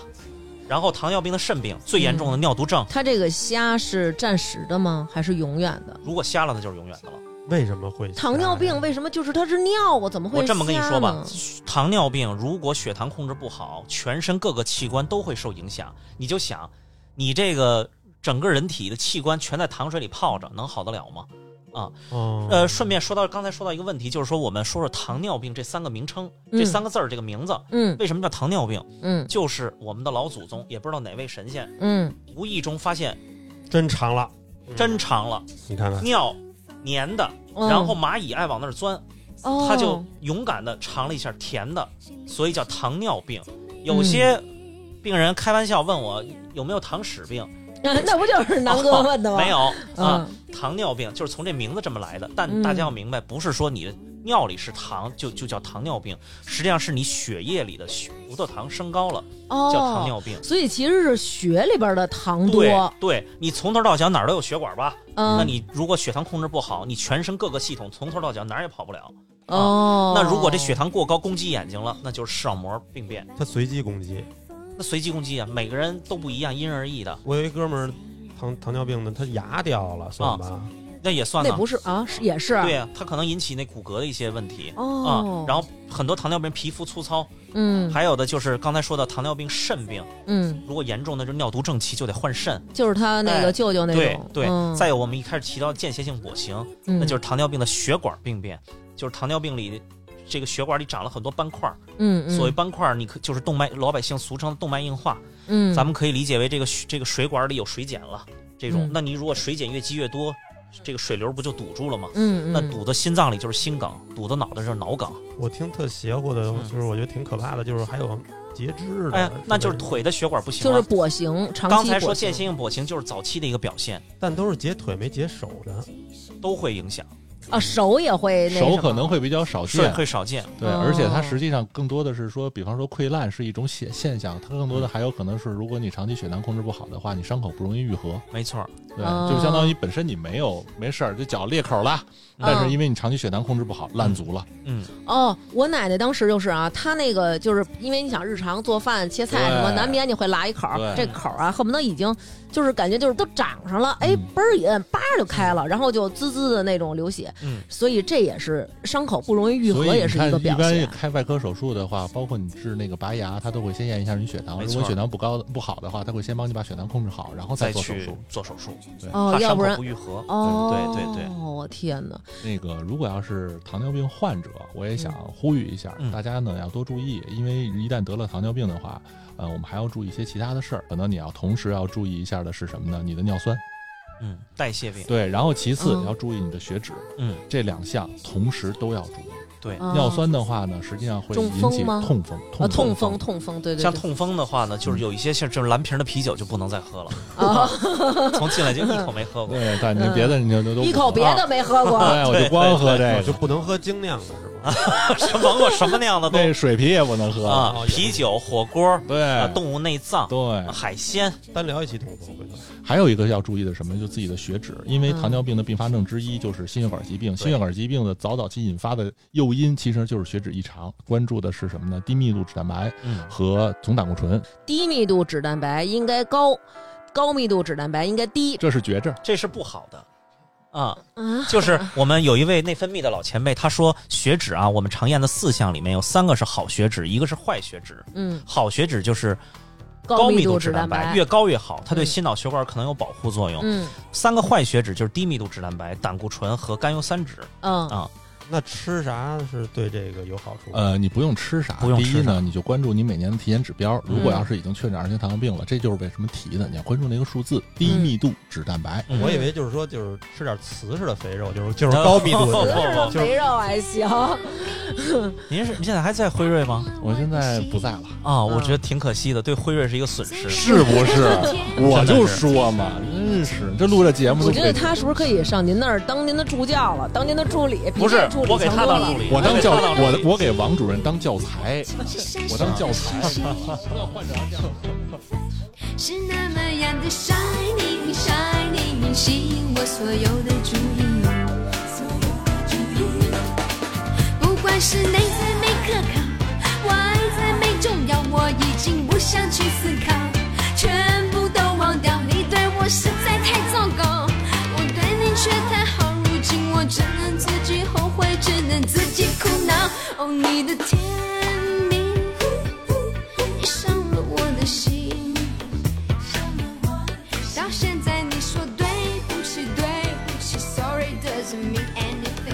D: 然后糖尿病的肾病，最严重的尿毒症，
B: 它这个瞎是暂时的吗？还是永远的？
D: 如果瞎了那就是永远的了。
A: 为什么会
B: 糖尿病为什么就是它是尿啊？怎么会？
D: 我这么跟你说吧，，糖尿病如果血糖控制不好，全身各个器官都会受影响。你就想，你这个整个人体的器官全在糖水里泡着，能好得了吗？
B: 嗯
A: 哦，
D: 呃，顺便说到刚才说到一个问题，就是说我们说说糖尿病这三个名称，这
B: 嗯
D: 三个字儿这个名字
B: 嗯
D: 为什么叫糖尿病？
B: 嗯
D: 就是我们的老祖宗，也不知道哪位神仙，
B: 嗯
D: 无意中发现
A: 真长了，嗯
D: 真尝了
A: 你看看，
D: 尿粘的，
B: 嗯，
D: 然后蚂蚁爱往那儿钻，
B: 哦
D: 它就勇敢的尝了一下甜的，所以叫糖尿病。有些
B: 嗯
D: 病人开玩笑问我有没有糖屎病，
B: 那不就是 [laughs] 南哥问的吗？
D: 哦 [laughs] 没有
B: 嗯
D: 啊，糖尿病就是从这名字这么来的。但
B: 嗯
D: 大家要明白，不是说你的尿里是糖就就叫糖尿病，实际上是你血液里的血葡萄糖升高了
B: 哦，
D: 叫糖尿病。
B: 所以其实是血里边的糖多
D: 对，对，你从头到脚哪儿都有血管吧？
B: 嗯，
D: 那你如果血糖控制不好，你全身各个系统从头到脚哪儿也跑不了。
B: 哦，
D: 啊那如果这血糖过高攻击眼睛了，那就是视网膜病变。
A: 他随机攻击。
D: 那随机攻击啊，每个人都不一样，因人而异的，
A: 我有一哥们儿糖糖尿病的，他牙掉了，
D: 啊
A: 算吧？
D: 那也算
B: 那
D: 呢
B: 不。是啊，是也是
D: 对呀、它可能引起那骨骼的一些问题。啊、
B: 哦，
D: 然后很多糖尿病皮肤粗糙，
B: 嗯
D: 还有的就是刚才说的糖尿病肾病，
B: 嗯，
D: 如果严重的就是尿毒症期就得换肾。
B: 就是他那
D: 哎
B: 个舅舅那
D: 对
B: 种，
D: 对、
B: 嗯
D: 再有我们一开始提到的间歇性跛行，那就是糖尿病的血管病变，就是糖尿病里这个血管里长了很多斑块儿，
B: 嗯嗯，
D: 所谓斑块儿，你可就是动脉老百姓俗称的动脉硬化，
B: 嗯，
D: 咱们可以理解为这个血这个水管里有水碱了，这种，
B: 嗯
D: 那你如果水碱越积越多，这个水流不就堵住了吗？
B: 嗯嗯，
D: 那堵到心脏里就是心梗，堵到脑袋就是脑梗，
A: 我听特邪乎的，
D: 嗯
A: 就是我觉得挺可怕的，就是还有截肢的。
D: 哎呀，那
A: 吧
D: 就是，腿的血管不行
B: 就是
D: 了。
B: 跛行，长期
D: 刚才
B: 跛
D: 说
B: 行
D: 间歇性跛行就是早期的一个表现，
A: 但都是截腿没截手的。
D: 都会影响，
B: 啊，手也会那
C: 手
B: 什
C: 可
B: 么
C: 能会比较少
D: 是
C: 见，
D: 会少见。
C: 对，
B: 哦
C: 而且它实际上更多的是说，比方说溃烂是一种现现象，它更多的还有可能是，如果你长期血糖控制不好的话，你伤口不容易愈合，
D: 没错儿，
C: 对，
B: 哦
C: 就相当于本身你没有没事儿，就脚裂口了，但是因为你长期血糖控制不好，烂足了，
D: 嗯，
B: 哦，我奶奶当时就是啊，她那个就是因为你想日常做饭、切菜什么，
C: 对
B: 难免你会拉一口儿，
C: 对
B: 这口儿啊，恨不得已经就是感觉就是都长上了，哎
C: 嗯，
B: 嘣儿一摁，叭儿就开了，然后就滋滋的那种流血。
D: 嗯
B: 所以这也是伤口不容易愈
C: 所
B: 合，
C: 以
B: 也
C: 你
B: 是
C: 看
B: 个
C: 一
B: 表
C: 般
B: 现。
C: 开外科手术的话，包括你治那个拔牙，他都会先验一下你血糖，
D: 没
C: 如
D: 错
C: 果血糖不高不好的话，他会先帮你把血糖控制好，然后
D: 再
C: 做手
D: 去
C: 术。
D: 做手术，
B: 哦
D: 怕，
B: 要
D: 伤
B: 不
D: 口
B: 然
D: 不愈合。
B: 哦，
D: 对对对
B: 我天哪，
C: 那个如果要是糖尿病患者，我也想呼吁一下、
D: 嗯
C: 大家呢，要多注意，因为一旦得了糖尿病的话，呃，我们还要注意一些其他的事儿，可能你要同时要注意一下的是什么呢？你的尿酸，
D: 嗯，代谢病。
C: 对，然后其次
B: 嗯
C: 你要注意你的血脂，
D: 嗯，
C: 这两项同时都要注意。
D: 对。
B: 哦
C: 尿酸的话呢，实际上会
B: 中
C: 引
B: 风
C: 起
B: 吗
C: 痛风，
B: 啊，痛
C: 痛
B: 风，痛风，对对，
D: 像
B: 对
D: 痛风的话呢，
C: 嗯
D: 就是有一些像这种蓝瓶的啤酒就不能再
B: [laughs]
D: 喝了，
B: 啊，
D: 从进来就一口没
C: [laughs]
D: 喝过。
C: 对，但你别的你就都都
B: 嗯一
C: 不
B: 口
C: 喝
B: 别的没喝过，
D: 啊
C: 对，我就光喝
D: 哎
C: 这个，
A: 就不能喝精酿的是吧？
D: 什么我什么那样的
C: 那
D: 都
C: 水啤也不能喝。
D: 啊，
A: 哦也
D: 啤酒、火锅、啊
C: 对，
D: 动物内脏、
C: 对，
D: 海鲜，
A: 单聊一期痛风回头。
C: 还有一个要注意的是什么，就自己的血脂，因为
B: 嗯
C: 糖尿病的并发症之一就是心血管疾病。
D: 对
C: 心血管疾病的早早期引发的诱因其实就是血脂异常。关注的是什么呢？低密度脂蛋白
D: 嗯，
C: 和总胆固醇，
B: [laughs] 低密度脂蛋白应该高，高密度脂蛋白应该低
C: 这是绝症。
D: 这是不好的啊。
B: 啊，
D: 就是我们有一位内分泌的老前辈，他说血脂啊，我们常验的四项里面有三个是好血脂，一个是坏血脂。
B: 嗯，
D: 好血脂就是
B: 高
D: 密
B: 度
D: 脂
B: 脂蛋
D: 白，
B: 白
D: 越高越好，它对
B: 嗯
D: 心脑血管可能有保护作用。
B: 嗯
D: 三个坏血脂就是低密度脂蛋白、胆固醇和甘油三酯。啊
B: 嗯
A: 那吃啥是对这个有好处？，
C: 呃，你不用吃啥，
D: 不用吃啥
C: 第一呢，你就关注你每年的体检指标。
D: 嗯
C: 如果要是已经确诊二型糖尿病了，这就是为什么提的，你要关注那个数字，低密度脂蛋白。
A: 我以
D: 为
A: 为就是说就是吃点瓷实的肥肉，就是就是高密度
B: 嗯
A: 的
D: 不
A: 脂，
D: 不
A: 就是
B: 肥肉还行，
D: 您是您现在还在辉瑞吗？
C: 我现在不在了，
D: 啊，我觉
B: 嗯
D: 得挺可惜的，对辉瑞是一个损失。
C: 是不 [laughs] 是？我就
D: 真的是
C: 说嘛，真是这录着节目都
B: 我
C: 不
B: 觉
C: 给
B: 得他是不是可以上您那儿当您的助教了，当您的助理？比
D: 不是
B: 您，助理
D: 我给他
B: 强多
D: 当
B: 了
D: 助理，
C: 我当教
D: 他当助理
C: 我我给王主任当教材，我当教材。
F: 是那么样的 shining shining，吸引我所有的注意。不管是内在美可靠，外在美重要，我已经不想去思考，全部都忘掉。你对我实在太糟糕，我对你却太好，如今我只能自己后悔，只能自己苦恼。哦，你的甜蜜你伤了我的心。到现在你说对不起，对不起，Sorry doesn't mean anything。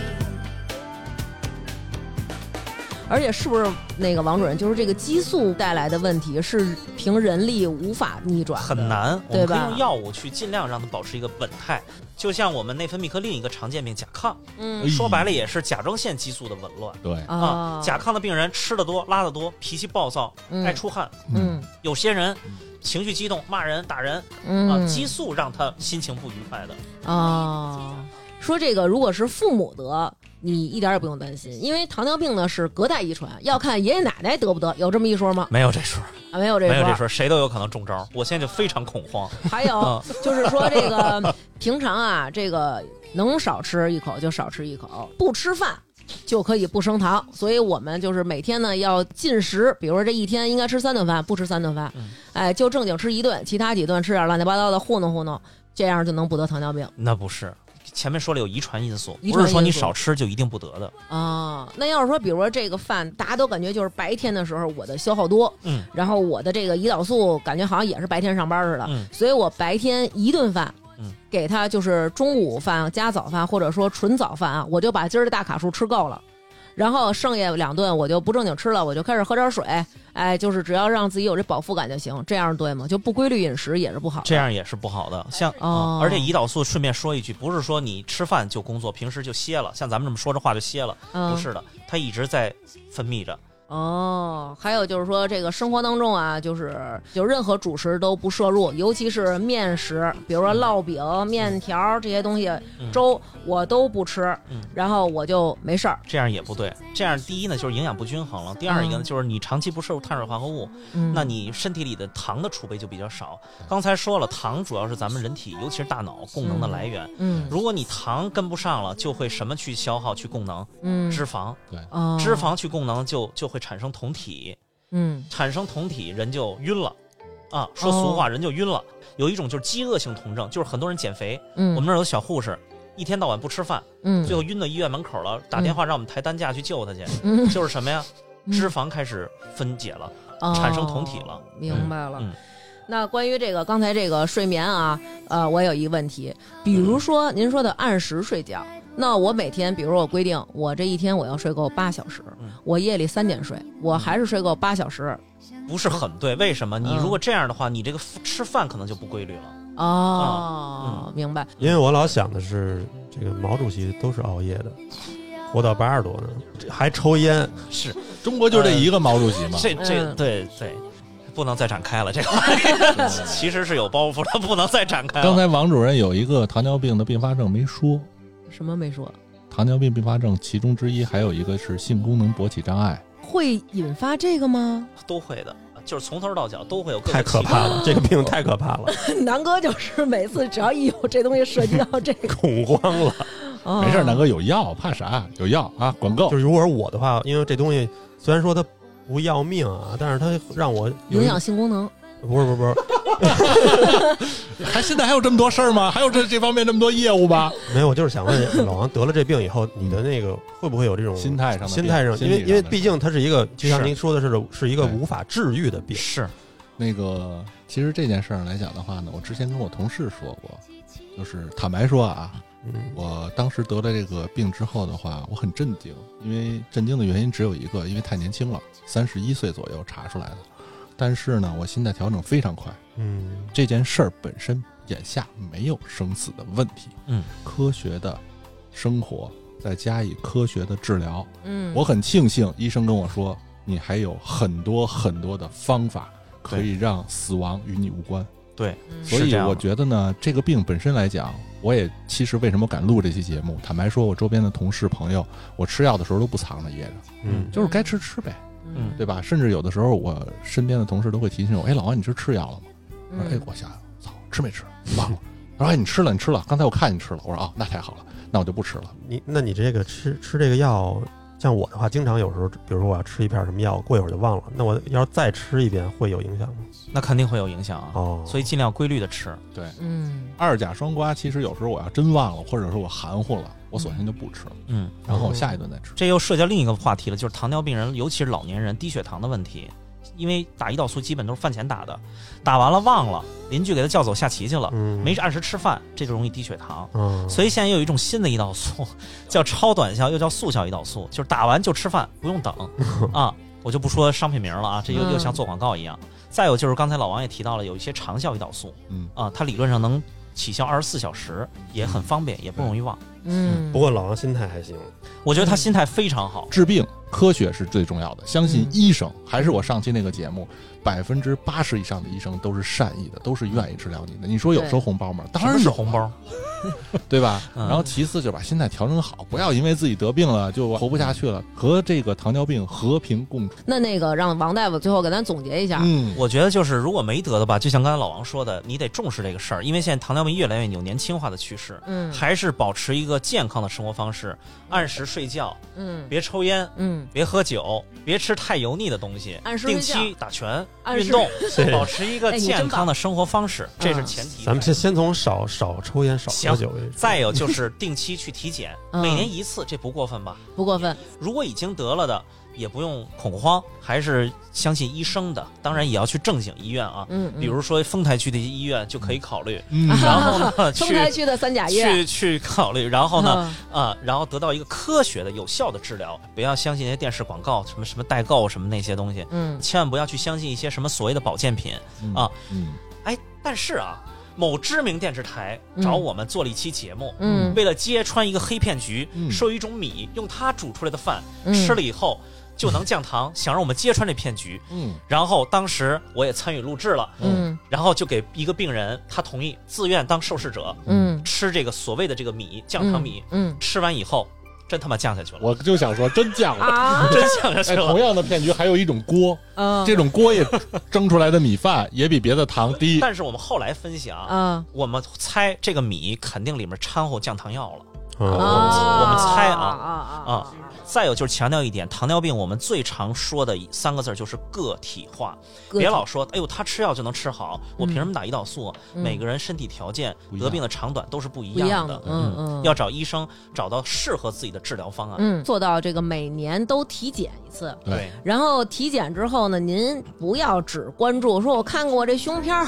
B: 而且是不是那个王主任，就是这个激素带来的问题是凭人力无法逆转的，
D: 很难，我
B: 对
D: 们可以
B: 吧
D: 用药物去尽量让它保持一个稳态。就像我们内分泌科另一个常见病甲亢，
B: 嗯
D: 说白了也是甲状腺激素的紊乱
C: 对，
D: 啊
B: 啊。，
D: 甲亢的病人吃的多，拉的多，脾气暴躁，
B: 嗯
D: 爱出汗，
B: 嗯
D: 有些人情绪激动，骂人、打人啊，
B: 嗯
D: 激素让他心情不愉快的。
B: 啊，说这个如果是父母得，你一点也不用担心，因为糖尿病呢是隔代遗传，要看爷爷奶奶得不得，有这么一说吗？
D: 没有这说，
B: 啊，没有这
D: 没有
B: 说
D: 这。说，谁都有可能中招。我现在就非常恐慌。
B: 还有
D: 啊
B: 就是说这个平常啊，这个能少吃一口就少吃一口，不吃饭。就可以不升糖，所以我们就是每天呢要进食，比如说这一天应该吃三顿饭，不吃三顿饭，
D: 嗯
B: 哎，就正经吃一顿，其他几顿吃点乱七八糟的糊弄糊弄，这样就能不得糖尿病
D: 那不是，前面说了有遗传因素，
B: 遗传因素
D: 不是说你少吃就一定不得的。
B: 啊。那要是说，比如说这个饭，大家都感觉就是白天的时候我的消耗多，
D: 嗯，
B: 然后我的这个胰岛素感觉好像也是白天上班似的，
D: 嗯
B: 所以我白天一顿饭，
D: 嗯，
B: 给他就是中午饭加早饭，或者说纯早饭啊，我就把今儿的大卡数吃够了，然后剩下两顿我就不正经吃了，我就开始喝点水，哎，就是只要让自己有这饱腹感就行，这样对吗？就不规律饮食也是不好的。
D: 这样也是不好的，像、
B: 哦
D: 啊而且胰岛素顺便说一句，不是说你吃饭就工作，平时就歇了，像咱们这么说着话就歇了，
B: 嗯
D: 不是的，它一直在分泌着。
B: 哦，还有就是说，这个生活当中啊，就是有任何主食都不摄入，尤其是面食，比如说烙饼、面条这些东西，
D: 嗯
B: 粥我都不吃，
D: 嗯
B: 然后我就没事儿。
D: 这样也不对。这样第一呢，就是营养不均衡了；第二一个呢，
B: 嗯
D: 就是你长期不摄入碳水化合物，
B: 嗯
D: 那你身体里的糖的储备就比较少。刚才说了，糖主要是咱们人体，尤其是大脑供能的来源。
B: 嗯
D: 如果你糖跟不上了，就会什么去消耗、去供能？
B: 嗯
D: 脂肪，
B: 哦
D: 脂肪去供能就就会产生酮体，
B: 嗯
D: 产生酮体人就晕了，啊，说俗话人就晕了。有一种就是饥饿性酮症，就是很多人减肥，
B: 嗯
D: 我们那儿有小护士，一天到晚不吃饭，
B: 嗯
D: 最后晕到医院门口了，打电话让我们抬担架去救他去，
B: 嗯
D: 就是什么呀？
B: 嗯
D: 脂肪开始分解了，
B: 哦
D: 产生酮体了
B: 明白了。
D: 嗯嗯
B: 那关于这个刚才这个睡眠啊，呃，我有一个问题，比如说您说的按时睡觉，那我每天，比如说我规定我这一天我要睡够八小时，
D: 嗯
B: 我夜里三点睡，我还是睡够八小时
D: 不是很对。为什么？你
B: 嗯
D: 如果这样的话，你这个吃饭可能就不规律了。
B: 哦，明白。
A: [laughs] 因为我老想的是，这个毛主席都是熬夜的，活到八十多呢，这还抽烟，
D: 是，
C: 中国就这一个毛主席嘛，
D: [laughs] 这这
B: 嗯
D: 对对，不能再展开了。这个 [laughs] 其实是有包袱的，不 [laughs] 能再展开了。
C: 刚才王主任有一个糖尿病的并发症没说，
B: 什么没说？
C: 糖尿病并发症其中之一还有一个是性功能勃起障碍。
B: 会引发这个吗？ [laughs]
D: 都会的，就是从头到脚都会有各个
A: 太可怕了，这个 [laughs] 病太可怕了，
B: 南哥就是每次只要一有这东西涉及到这
A: [laughs]
B: 个，
A: 恐慌了。
B: 哦
C: 没事儿，南哥有药，怕啥？有药啊，管够
A: 就。是如果是我的话，因为这东西虽然说它不要命啊，但是它让我有
B: 影
A: 一
B: 响性功能。
A: 不是不是不是，
C: 还现在还有这么多事儿吗？还有这这方面这么多业务吧？
A: 没有，我就是想问老王得了这病以后，你的那个会不会有这种
C: 心态上的
A: 心
C: 变
A: 态上，
C: 心
A: 因
C: 理
A: 为因为
C: 上的
A: 毕竟它是一个，就像
D: 是
A: 您说的是，是一个
C: 对
A: 无法治愈的病。
D: 是
C: [laughs] 那个，其实这件事儿来讲的话呢，我之前跟我同事说过，就是坦白说啊，
A: 嗯，
C: 我当时得了这个病之后的话，我很震惊，因为震惊的原因只有一个，因为太年轻了，三十一岁左右查出来的。但是呢，我心态调整非常快，
A: 嗯，
C: 这件事儿本身眼下没有生死的问题，
D: 嗯，
C: 科学的生活再加以科学的治疗，
B: 嗯，
C: 我很庆幸医生跟我说，你还有很多很多的方法可以让死亡与你无关。
D: 对，
B: 嗯
C: 所
D: 是
C: 以
D: 这样的
C: 我觉得呢，这个病本身来讲，我也其实为什么敢录这期节目？坦白说，我周边的同事朋友，我吃药的时候都不藏着掖着，
A: 嗯
C: 就是该吃吃呗，
D: 嗯
C: 对吧？甚至有的时候，我身边的同事都会提醒我：“哎，老王，你这吃药了吗？”我说：“哎
B: 嗯，
C: 我想想，操，吃没吃？忘了。”他说：“哎，你吃了，你吃了。刚才我看你吃了。”我说：“哦，那太好了，那我就不吃了。
A: 你那你这个吃吃这个药，像我的话，经常有时候，比如说我要吃一片什么药，过一会儿就忘了，那我要是再吃一遍会有影响吗？
D: 那肯定会有影响啊。
A: 哦，
D: 所以尽量规律的吃，
B: 嗯”
C: 二甲双胍其实有时候我要真忘了，或者说我含糊了，我索性就不吃了，
D: 嗯，
C: 然后我下一顿再吃。
D: 这又涉及到另一个话题了，就是糖尿病人，尤其是老年人低血糖的问题，因为打胰岛素基本都是饭前打的，打完了忘了，邻居给他叫走下棋去了，
A: 嗯，
D: 没按时吃饭，这就容易低血糖。
A: 嗯，
D: 所以现在又有一种新的胰岛素， [laughs] 叫超短效，又叫速效胰岛素，就是打完就吃饭，不用等啊。我就不说商品名了啊，这又
B: 嗯
D: 又像做广告一样。再有就是刚才老王也提到了，有一些长效胰岛素
C: 嗯，
D: 啊，它理论上能起效二十四小时，也很方便，也不容易忘。
B: 嗯，
A: 不过老王心态还行，
D: 我觉得他心态非常好，
C: 治病科学是最重要的，相信
B: 嗯
C: 医生。还是我上期那个节目，百分之八十以上的医生都是善意的，都是愿意治疗你的。你说有
B: 对
C: 收红包吗？当
D: 什
C: 然
D: 么是
C: 有
D: 红，包，
C: 对吧？
D: 嗯
C: 然后其次就把心态调整好，不要因为自己得病了就活不下去了，和这个糖尿病和平共处。
B: 那那个让王大夫最后给咱总结一下，
C: 嗯，
D: 我觉得就是如果没得的吧，就像刚才老王说的，你得重视这个事儿，因为现在糖尿病越来越有年轻化的趋势，
B: 嗯，
D: 还是保持一个健康的生活方式，按时睡觉，
B: 嗯
D: 别抽烟，
B: 嗯，
D: 别喝酒，别吃太油腻的东西
B: 按，时睡
D: 定
B: 觉
D: 期打拳、
B: 按时
D: 运动，
A: 是
D: 保持一个
B: 哎你真棒
D: 健康的生活方式，这是前提。
A: 咱们先先从少少抽烟少喝
D: 行
A: 酒为主。
D: 再有就是定期去体检，
B: 嗯
D: 每年一次，这不过分吧？
B: 不过分，
D: 如果已经得了的，也不用恐慌，还是相信医生的。当然也要去正经医院啊，
B: 嗯，嗯
D: 比如说丰台区的医院就可以考
B: [laughs]
D: 虑。
C: 嗯
D: 然后呢，
B: 丰台
D: 去
B: 区的三甲医院，
D: 去去考虑，然后呢，
B: 嗯
D: 啊，然后得到一个科学的、有效的治疗，不要相信那些电视广告，什么什么代购什么那些东西。
B: 嗯，
D: 千万不要去相信一些什么所谓的保健品。啊，
C: 嗯
D: 哎，但是啊，某知名电视台找我们做了一期节目，
B: 嗯
D: 为了揭穿一个黑骗局，
C: 嗯
D: 说有一种米用它煮出来的饭、
B: 嗯
D: 吃了以后就能降糖，想让我们揭穿这骗局。
C: 嗯
D: 然后当时我也参与录制了，
B: 嗯
D: 然后就给一个病人，他同意自愿当受试者，
B: 嗯，
D: 吃这个所谓的这个米降糖米，
B: 嗯
D: 吃完以后真他妈降下去了，
C: 我就想说，真降了。
B: 啊，
D: 真降下去
C: 哎，同
D: 了。
C: 样的骗局还有一种锅，
D: [laughs]
B: 嗯
C: 这种锅也蒸出来的米饭也比别的糖
D: [laughs]
C: 低。嗯
D: 但是我们后来分析啊，
B: 啊
D: 我们猜这个米肯定里面掺和降糖药了。
A: 嗯
D: 我
B: 哦
D: 们我们猜
B: 啊
D: 啊。
B: 啊
D: 啊！再有就是强调一点，糖尿病我们最常说的一三个字儿就是个体化，
B: 个体
D: 别老说哎呦他吃药就能吃好，我凭什么打胰岛素？
B: 嗯
D: 每个人身体条件
C: 不一样
D: 得病的长短都是不一
B: 不一样
D: 的
B: 的，，嗯嗯，
D: 要找医生找到适合自己的治疗方案。
B: 嗯做到这个每年都体检一次。
C: 对，
B: 然后体检之后呢，您不要只关注说我看看我这胸片儿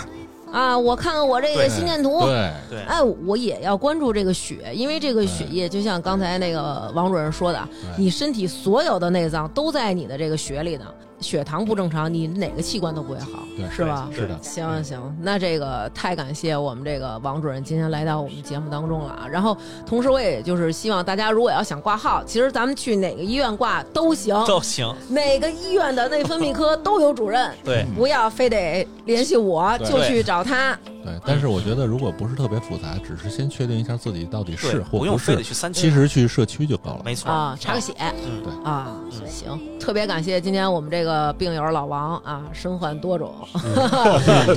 B: 啊，我看看我这个
C: 对
B: 心电图，
C: 对，
D: 对，
B: 哎，我也要关注这个血，因为这个血液就像刚才那个王主任说的，啊
C: 对
B: 你身体所有的内脏都在你的这个血里呢，血糖不正常，你哪个器官都不会好，
C: 对
B: 是吧？
C: 是的，
B: 行行，那这个太感谢我们这个王主任今天来到我们节目当中了啊。然后，同时我也就是希望大家如果要想挂号，其实咱们去哪个医院挂都
C: [laughs]
B: 行，
D: 都行。
B: 哪个医院的内分泌科都有主
C: [laughs]
B: 任，
D: 对，
B: 不要非得联系我，
C: 对
B: 就去找他。
C: 对。但是我觉得如果不是特别复杂，只是先确定一下自己到底
D: 对
C: 是或
D: 不用非
C: 是
D: 得，去三
C: 其
D: 期，
C: 实去社区就够了。
D: 没错
B: 啊，查个血，
D: 嗯
C: 对
B: 啊，
D: 嗯
B: 行，特别感谢今天我们这个病友老王啊，身患多种， [laughs] 对，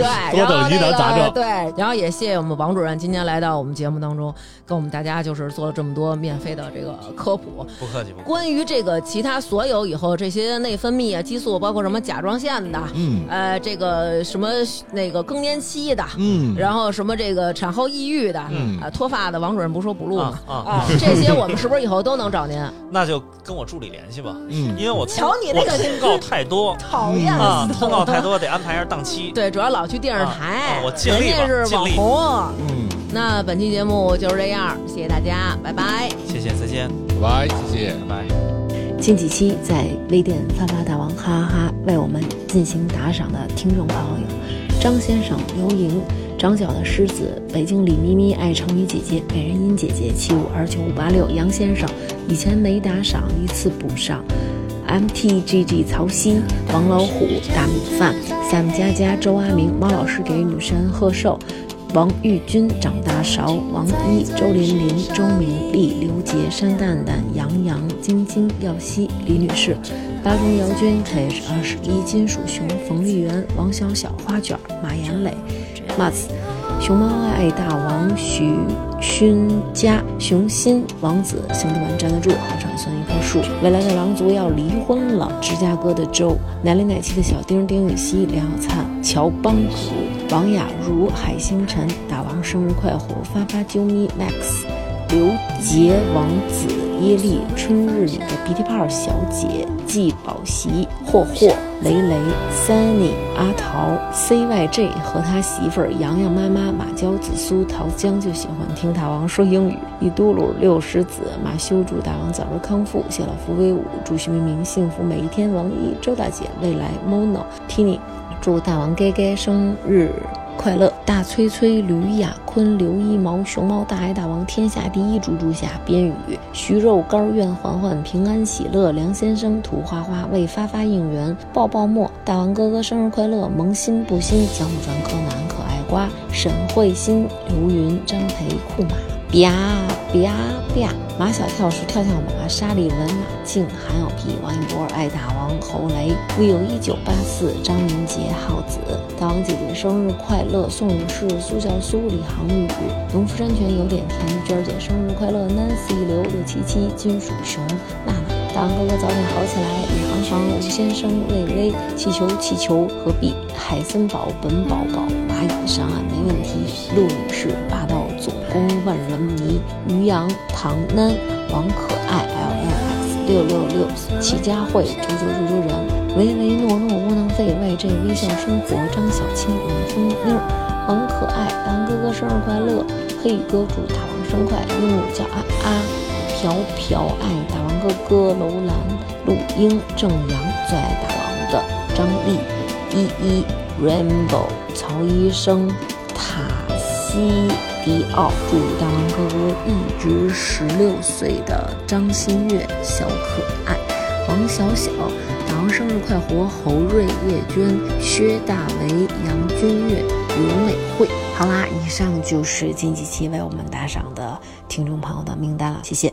C: [laughs]
B: 然后
C: 嗯多等疑
B: 那
C: 难杂
B: 个
C: 症
B: 对，然后也谢谢我们王主任今天来到我们节目当中，跟我们大家就是做了这么多免费的这个科普。
D: 不客气不客气。
B: 关于这个其他所有以后这些内分泌啊、激素，包括什么甲状腺的，
C: 嗯
B: 呃，这个什么那个更年期的，
C: 嗯，
B: 然后什么这个产后抑郁的，
C: 嗯
B: 啊，脱发的，王主任不说不录吗？
D: 啊啊
B: 这些我们是不是以后都能
D: [laughs]
B: 找您？
D: 那就跟我助理联系吧，
C: 嗯
D: 因为我
B: 瞧你那个
D: 我通告太多
B: [laughs] 讨厌
D: 啊
B: 了，，
D: 通告太。多得安排一下档期。
B: 对，主要老去电视
D: 啊
B: 台
D: 啊，我尽
B: 人
D: 力吧
B: 家是网
D: 尽力
B: 红。
C: 嗯，
B: 那本期节目就是这样，谢谢大家，拜拜。
D: 谢谢，再见，
C: 拜拜，哎谢谢。
D: 拜拜。
G: 前几期在微店发发大王哈哈哈为我们进行打赏的听众朋友，张先生、刘莹、长角的狮子、北京李咪咪爱成语姐姐、美人音姐姐、七五二九五八六、杨先生，以前没打赏，一次补上。M T G G 曹曦、王老虎、大米饭、Sam 佳佳、周阿明、猫老师给女神贺寿、王玉军、长大勺、王一、周琳琳、周明丽、刘杰、山蛋蛋、杨洋、晶晶、耀西、李女士、八中姚军、KH 二十一、金属熊、冯丽媛、王小小、花卷、马岩磊、Mats、熊猫爱大王、徐勋佳、熊心、王子、行得完站得住、好场算一棵树、未来的狼族要离婚了、芝加哥的州、奶里奶气的小丁、丁禹兮、梁小灿、乔邦普、王雅茹、海星辰、大王生日快活、发发啾咪、Max、刘杰、王子、耶利、春日里的鼻涕泡小姐、季宝席、霍霍、雷雷、Sunny、阿桃、CYJ 和他媳妇儿洋洋妈妈、马娇、紫苏、桃江就喜欢听大王说英语、一嘟噜、六石子、马修祝大王早日康复、谢老夫威武、祝徐明明幸福每一天、王一、周大姐、未来、Mono、Tini。祝大王该该生日快乐！大崔崔、吕亚坤、刘一毛、熊猫大爱大王、天下第一猪猪侠、边宇、徐肉干、愿环环平安喜乐、梁先生、土花花为发发应援、抱抱沫、大王哥哥生日快乐、萌新不新、姜武传柯南、可爱瓜、沈慧欣、刘云、张培、库马。啪啪啪！马小跳是跳跳马，沙利文、马静、韩小皮、王一博、爱大王、侯雷、will 一九八四、张明杰、浩子、大王姐姐生日快乐，宋女士、苏小苏、李航宇、农夫山泉有点甜、娟儿姐生日快乐，Nancy 刘六七七、金属熊、娜娜。大王哥哥早点好起来，李航航、吴先生、魏巍、气球气球、何必、海森堡、本宝宝、蚂蚁上岸没问题，陆女士、霸道总攻万人迷、于洋、唐楠、王可爱、LLX 六六六、齐佳慧、九九九九人、唯唯诺诺、窝囊废、YJ 微笑生活、张小青、王风妞儿、王可爱、大王哥哥生日快乐，嘿哥祝大王生快，鹦鹉叫啊啊。朴朴爱大王哥哥楼兰、陆英、郑阳最爱大王的张丽、依依、Rainbow、曹医生、塔西迪奥，祝大王哥哥一直十六岁的张馨月小可爱、王小小。大王生日快活！侯瑞、叶娟、薛大为、杨君月、刘美惠。好啦，以上就是近几期为我们打赏的听众朋友的名单了，谢谢。